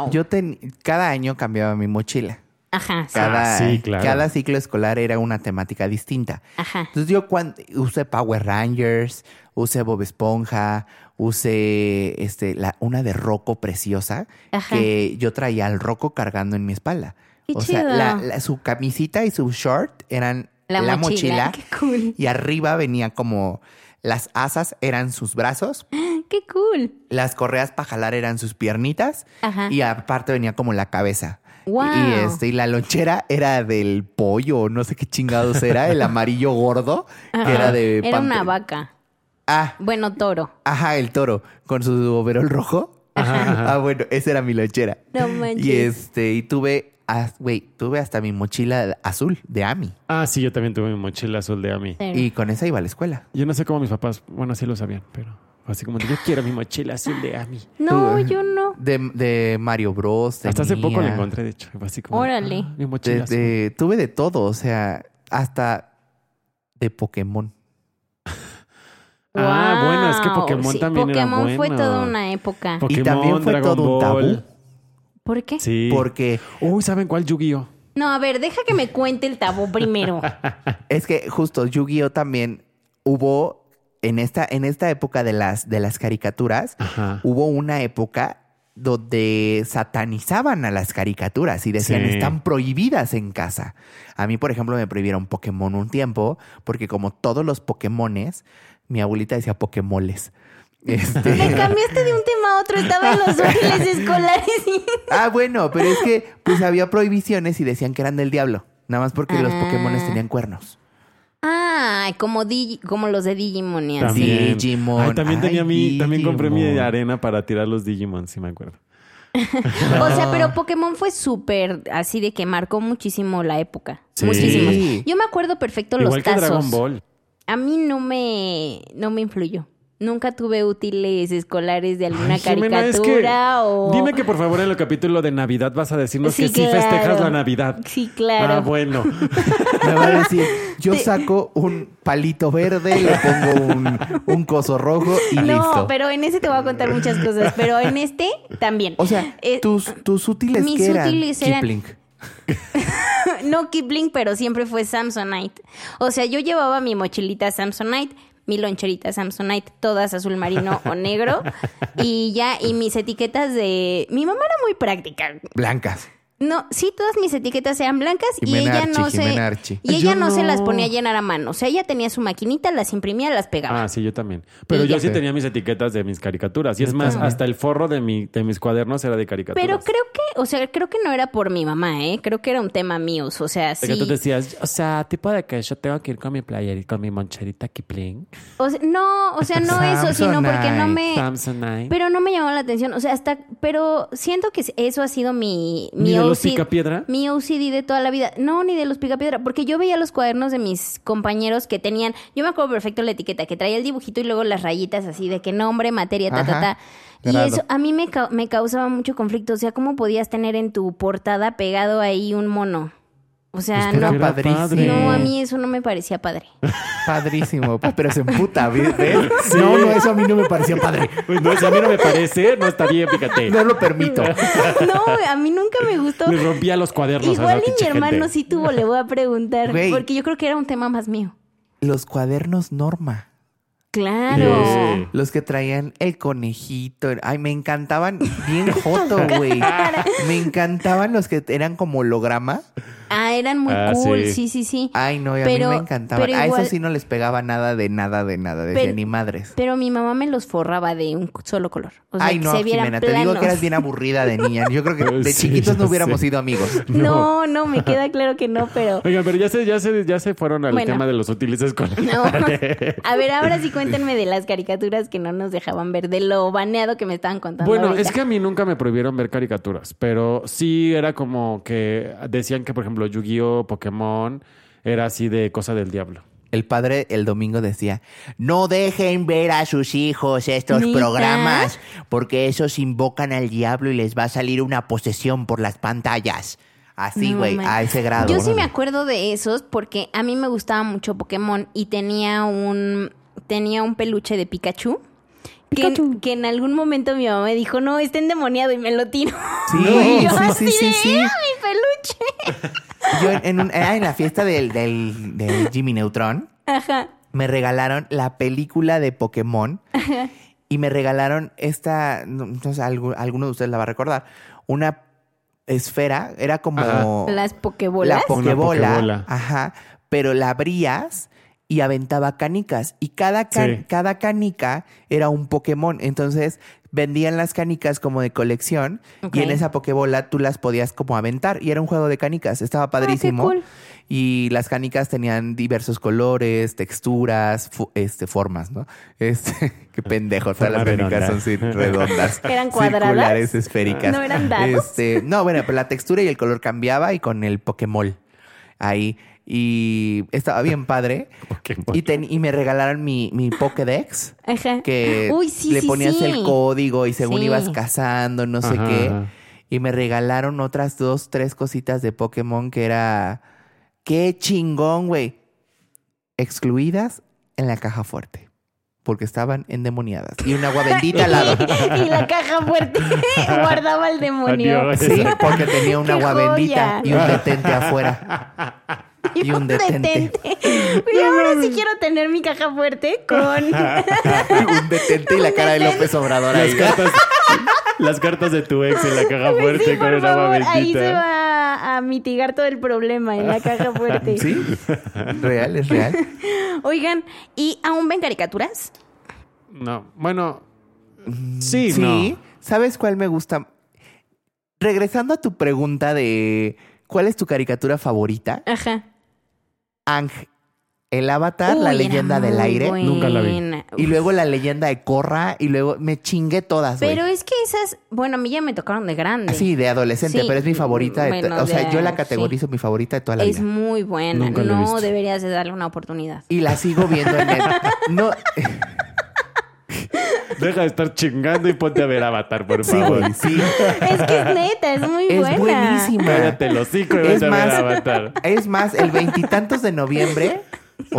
Speaker 4: Wow.
Speaker 3: Yo ten- cada año cambiaba mi mochila.
Speaker 4: Ajá, sí.
Speaker 3: Cada,
Speaker 2: Ah, sí, claro.
Speaker 3: cada ciclo escolar era una temática distinta.
Speaker 4: Ajá.
Speaker 3: Entonces yo cuando usé Power Rangers, usé Bob Esponja, usé este, la, una de Rocco preciosa,
Speaker 4: Ajá.
Speaker 3: que yo traía al Rocco cargando en mi espalda.
Speaker 4: Qué
Speaker 3: o sea,
Speaker 4: chido.
Speaker 3: la- la- su camisita y su short eran
Speaker 4: La
Speaker 3: la,
Speaker 4: mochila.
Speaker 3: mochila,
Speaker 4: Qué cool.
Speaker 3: y arriba venía como las asas eran sus brazos,
Speaker 4: Qué cool.
Speaker 3: las correas para jalar eran sus piernitas
Speaker 4: Ajá.
Speaker 3: y aparte venía como la cabeza.
Speaker 4: Wow.
Speaker 3: Y, este, y la lonchera era del pollo, no sé qué chingados era, el amarillo gordo, que era de...
Speaker 4: Era
Speaker 3: pan-
Speaker 4: una vaca.
Speaker 3: Ah,
Speaker 4: Bueno, toro.
Speaker 3: ajá, el toro, con su overol rojo. Ah, bueno, esa era mi lonchera.
Speaker 4: No manches.
Speaker 3: Y este, y tuve, as- güey, tuve hasta mi mochila azul de Ami.
Speaker 2: Ah, sí, yo también tuve mi mochila azul de Ami.
Speaker 4: Sí.
Speaker 3: Y con esa iba a la escuela.
Speaker 2: Yo no sé cómo mis papás, bueno, sí lo sabían, pero así como de, yo quiero mi mochila azul de Ami.
Speaker 4: No,
Speaker 2: ¿eh?
Speaker 3: Tú-
Speaker 4: yo no.
Speaker 3: De, de Mario Bros.
Speaker 2: Hasta hace poco la
Speaker 3: tenía.
Speaker 2: encontré, de hecho. Fue Así como,
Speaker 4: Órale.
Speaker 2: ah, mi mochila
Speaker 3: De-
Speaker 2: azul.
Speaker 3: de- tuve de todo, o sea, hasta de Pokémon.
Speaker 2: Ah, bueno, es que Pokémon
Speaker 4: Sí,
Speaker 2: también era
Speaker 4: Pokémon fue
Speaker 2: bueno.
Speaker 4: toda una época.
Speaker 2: Pokémon,
Speaker 3: Y también fue
Speaker 2: Dragon
Speaker 3: todo un tabú.
Speaker 2: Ball.
Speaker 4: ¿Por qué?
Speaker 2: Sí.
Speaker 3: Porque
Speaker 2: Uy, ¿saben cuál? Yu-Gi-Oh!
Speaker 4: No, a ver, deja que me cuente el tabú primero.
Speaker 3: es que justo Yu-Gi-Oh también hubo en esta, en esta época de las, de las caricaturas,
Speaker 2: Ajá.
Speaker 3: hubo una época donde satanizaban a las caricaturas y decían
Speaker 2: Sí.
Speaker 3: están prohibidas en casa. A mí, por ejemplo, me prohibieron Pokémon un tiempo porque como todos los Pokémones, mi abuelita decía Pokémoles. Este-
Speaker 4: Me cambiaste de un tema a otro, estaba en los útiles escolares y...
Speaker 3: Ah, bueno, pero es que pues había prohibiciones y decían que eran del diablo, nada más porque los
Speaker 4: Ah.
Speaker 3: Pokémones tenían cuernos.
Speaker 4: Ah, como, Digi- como los de Digimon y así.
Speaker 2: También.
Speaker 3: Digimon.
Speaker 2: Ay, también
Speaker 3: Ay,
Speaker 2: tenía mi, también compré mi
Speaker 3: Digimon.
Speaker 2: arena para tirar los Digimon, si me acuerdo.
Speaker 4: O sea, pero Pokémon fue súper así de que marcó muchísimo la época.
Speaker 2: Sí.
Speaker 4: Muchísimos. Yo me acuerdo perfecto
Speaker 2: Igual
Speaker 4: los
Speaker 2: que Dragon
Speaker 4: tazos.
Speaker 2: Ball.
Speaker 4: A mí no me, no me influyó. Nunca tuve útiles escolares de alguna
Speaker 2: Ay, Jimena,
Speaker 4: caricatura
Speaker 2: es que-
Speaker 4: o...
Speaker 2: Dime que por favor en el capítulo de Navidad vas a decirnos
Speaker 4: Sí,
Speaker 2: que sí festejas
Speaker 4: claro.
Speaker 2: la Navidad.
Speaker 4: Sí, claro.
Speaker 2: Ah, bueno.
Speaker 3: Me va a decir, yo saco un palito verde, le pongo un, un coso rojo y
Speaker 4: no,
Speaker 3: listo.
Speaker 4: pero en ese te voy a contar muchas cosas, pero en este también.
Speaker 3: O sea,
Speaker 4: Eh,
Speaker 3: tus, tus útiles
Speaker 4: mis
Speaker 3: que eran,
Speaker 4: útiles eran-
Speaker 3: Kipling.
Speaker 4: No Kipling, pero siempre fue Samsonite. O sea, yo llevaba mi mochilita Samsonite, mi loncherita Samsonite, todas azul marino o negro. Y ya, y mis etiquetas de. Mi mamá era muy práctica.
Speaker 3: blancas.
Speaker 4: No, sí, todas mis etiquetas eran blancas y
Speaker 3: Jimena
Speaker 4: ella no
Speaker 3: Archi, Jimena
Speaker 4: se.
Speaker 3: Archi.
Speaker 4: Y ella
Speaker 2: Yo
Speaker 4: no, se las
Speaker 2: no.
Speaker 4: ponía a llenar a mano. O sea, ella tenía su maquinita, las imprimía, las pegaba.
Speaker 2: Ah, sí, yo también. Pero
Speaker 4: Y
Speaker 2: yo
Speaker 4: ya.
Speaker 2: sí tenía mis etiquetas de mis caricaturas. Y es
Speaker 3: Yo
Speaker 2: más,
Speaker 3: también.
Speaker 2: hasta el forro de, mi, de mis cuadernos era de caricaturas.
Speaker 4: Pero creo que, o sea, creo que no era por mi mamá, ¿eh? Creo que era un tema mío. O sea,
Speaker 2: De que
Speaker 4: sí.
Speaker 2: tú decías, o sea, tipo de que yo tengo que ir con mi playerita, con mi moncherita Kipling,
Speaker 4: O sea, no, o sea, no eso, sino porque no me.
Speaker 2: Samsonite.
Speaker 4: Pero no me llamó la atención, o sea, hasta, pero siento que eso ha sido mi...
Speaker 2: ¿Ni
Speaker 4: mi
Speaker 2: de los
Speaker 4: OCD
Speaker 2: picapiedra?
Speaker 4: Mi OCD de toda la vida. No, ni de los picapiedra, porque yo veía los cuadernos de mis compañeros que tenían, yo me acuerdo perfecto la etiqueta, que traía el dibujito y luego las rayitas así de que nombre, materia, ta, ta,
Speaker 3: Ajá.
Speaker 4: ta. Y
Speaker 3: Grado.
Speaker 4: eso a mí me, ca- me causaba mucho conflicto, o sea, ¿cómo podías tener en tu portada pegado ahí un mono? O sea,
Speaker 3: Pues que
Speaker 4: Ah, no,
Speaker 3: era padrísimo.
Speaker 4: no, a mí eso no me parecía padre.
Speaker 3: Padrísimo. Pero se emputa, ¿ves? ¿Ves? No, no, eso a mí no me parecía padre.
Speaker 2: Pues no, si a mí no me parece, no está bien, fíjate.
Speaker 3: No lo permito.
Speaker 4: no, a mí nunca me gustó.
Speaker 2: Le rompía los cuadernos a esa
Speaker 4: Igual y mi
Speaker 2: pinche
Speaker 4: hermano
Speaker 2: gente.
Speaker 4: sí tuvo, le voy a preguntar.
Speaker 3: Güey.
Speaker 4: Porque yo creo que era un tema más mío.
Speaker 3: Los cuadernos Norma.
Speaker 4: Claro.
Speaker 2: Sí.
Speaker 3: Los que traían el conejito. Ay, me encantaban bien joto, güey. Me encantaban los que eran como holograma.
Speaker 4: Ah, eran muy
Speaker 2: Ah,
Speaker 4: cool,
Speaker 2: sí.
Speaker 4: sí, sí, sí.
Speaker 3: Ay, no, y a
Speaker 4: Pero-
Speaker 3: mí me encantaban.
Speaker 4: pero
Speaker 3: A
Speaker 4: igual-
Speaker 3: eso sí no les pegaba nada de nada de nada. Decía
Speaker 4: Pero-
Speaker 3: ni madres.
Speaker 4: Pero mi mamá me los forraba de un solo color. O sea,
Speaker 3: Ay,
Speaker 4: que
Speaker 3: no,
Speaker 4: se vieran
Speaker 3: Jimena, te digo que
Speaker 4: planos.
Speaker 3: eras bien aburrida de niña. Yo creo que de
Speaker 2: Sí,
Speaker 3: chiquitos no
Speaker 2: ya
Speaker 3: hubiéramos
Speaker 2: sé.
Speaker 3: sido amigos.
Speaker 4: No, no, me queda claro que no, pero.
Speaker 2: Oigan, pero ya se, ya se, ya se fueron al
Speaker 4: Bueno.
Speaker 2: tema de los útiles escolares.
Speaker 4: No. A ver, ahora sí cuéntenme de las caricaturas que no nos dejaban ver, de lo baneado que me estaban contando.
Speaker 2: Bueno,
Speaker 4: ahorita.
Speaker 2: es que a mí nunca me prohibieron ver caricaturas, pero sí era como que decían que, por ejemplo, Yu-Gi-Oh, Pokémon, era así de cosa del diablo.
Speaker 3: El padre el domingo decía, no dejen ver a sus hijos estos
Speaker 4: ¿Neta?
Speaker 3: programas, porque esos invocan al diablo y les va a salir una posesión por las pantallas. Así,
Speaker 4: No
Speaker 3: güey,
Speaker 4: manches.
Speaker 3: a ese grado.
Speaker 4: Yo sí me acuerdo de esos porque a mí me gustaba mucho Pokémon y tenía un tenía un peluche de Pikachu. Que, que en algún momento mi mamá me dijo, no, está endemoniado y me lo tiro.
Speaker 3: Sí,
Speaker 4: Y yo
Speaker 3: sí,
Speaker 4: así
Speaker 3: sí, sí,
Speaker 4: de,
Speaker 3: sí.
Speaker 4: "¡Ah, mi peluche!
Speaker 3: Yo en, en un- ah, en la fiesta del, del- del Jimmy Neutron
Speaker 4: Ajá.
Speaker 3: me regalaron la película de Pokémon y me regalaron esta, no, no sé, algu- alguno de ustedes la va a recordar, una esfera, era como...
Speaker 4: Las Pokébolas.
Speaker 3: Oh.
Speaker 4: Ah,
Speaker 3: La
Speaker 2: Una
Speaker 3: pokebola,
Speaker 2: pokebola.
Speaker 3: ajá, pero la abrías y aventaba canicas y cada can-
Speaker 2: Sí.
Speaker 3: cada canica era un Pokémon, entonces vendían las canicas como de colección
Speaker 4: Ok.
Speaker 3: y en esa pokebola tú las podías como aventar y era un juego de canicas, estaba padrísimo.
Speaker 4: Ah, cool.
Speaker 3: Y las canicas tenían diversos colores, texturas, fu- este formas, ¿no? Este, qué pendejo, todas las
Speaker 2: Forma
Speaker 3: canicas
Speaker 2: redonda.
Speaker 3: son sí, redondas.
Speaker 4: ¿Eran cuadradas?
Speaker 3: Circulares, esféricas.
Speaker 4: ¿No eran dados?
Speaker 3: Este, no, bueno, pero la textura y el color cambiaba y con el Pokémon ahí. Y estaba bien padre.
Speaker 2: Pokémon.
Speaker 3: Y, ten- y me regalaron mi, mi Pokédex,
Speaker 4: Ajá.
Speaker 3: que
Speaker 4: Uy, sí,
Speaker 3: le
Speaker 4: sí,
Speaker 3: ponías
Speaker 4: sí.
Speaker 3: el código y según
Speaker 4: Sí.
Speaker 3: ibas cazando, no sé
Speaker 2: Ajá,
Speaker 3: qué.
Speaker 2: ajá.
Speaker 3: Y me regalaron otras dos, tres cositas de Pokémon que era... ¡Qué chingón, güey! Excluidas en la caja fuerte. porque estaban endemoniadas. Y un agua bendita al lado.
Speaker 4: y la caja fuerte guardaba al demonio.
Speaker 2: Adiós.
Speaker 3: Sí, porque tenía un
Speaker 4: ¡Qué
Speaker 3: agua
Speaker 4: joya!
Speaker 3: bendita y un detente afuera. Y un detente.
Speaker 4: Y ahora sí quiero tener mi caja fuerte con...
Speaker 3: un detente y la cara de López Obrador
Speaker 2: Las
Speaker 3: ahí.
Speaker 2: cartas, las cartas de tu ex en la caja
Speaker 4: Pues
Speaker 2: fuerte
Speaker 4: sí,
Speaker 2: con
Speaker 4: por
Speaker 2: el agua
Speaker 4: favor,
Speaker 2: bendita.
Speaker 4: ahí se va a mitigar todo el problema en la caja fuerte.
Speaker 3: Sí, real, es real.
Speaker 4: Oigan, ¿y aún ven caricaturas?
Speaker 2: No, bueno. Sí,
Speaker 3: Sí,
Speaker 2: no.
Speaker 3: ¿sabes cuál me gusta? Regresando a tu pregunta de ¿cuál es tu caricatura favorita?
Speaker 4: Ajá.
Speaker 3: Ang, el avatar, la
Speaker 4: Uy, era
Speaker 3: leyenda del
Speaker 4: muy
Speaker 3: aire.
Speaker 2: Nunca la vi.
Speaker 4: buena.
Speaker 3: Y luego la leyenda de Corra, y luego me chingué todas, güey.
Speaker 4: Pero es que esas, bueno, a mí ya me tocaron de grande.
Speaker 3: Sí, de adolescente,
Speaker 4: Sí,
Speaker 3: pero es mi favorita. de to-
Speaker 4: bueno,
Speaker 3: o sea,
Speaker 4: de-
Speaker 3: yo la categorizo mi favorita de toda la
Speaker 4: es
Speaker 3: vida.
Speaker 4: muy buena.
Speaker 2: Nunca la he
Speaker 4: No
Speaker 2: visto.
Speaker 4: deberías de darle una oportunidad.
Speaker 3: Y la sigo viendo en el... No,
Speaker 2: Deja de estar chingando y ponte a ver Avatar, por
Speaker 3: sí,
Speaker 2: favor.
Speaker 3: güey, sí.
Speaker 4: es que es neta, es muy buena.
Speaker 3: Es buenísima.
Speaker 2: Cállate el hocico y
Speaker 3: Es
Speaker 2: vete a ver
Speaker 3: más,
Speaker 2: Avatar.
Speaker 3: es más, el veintitantos de noviembre o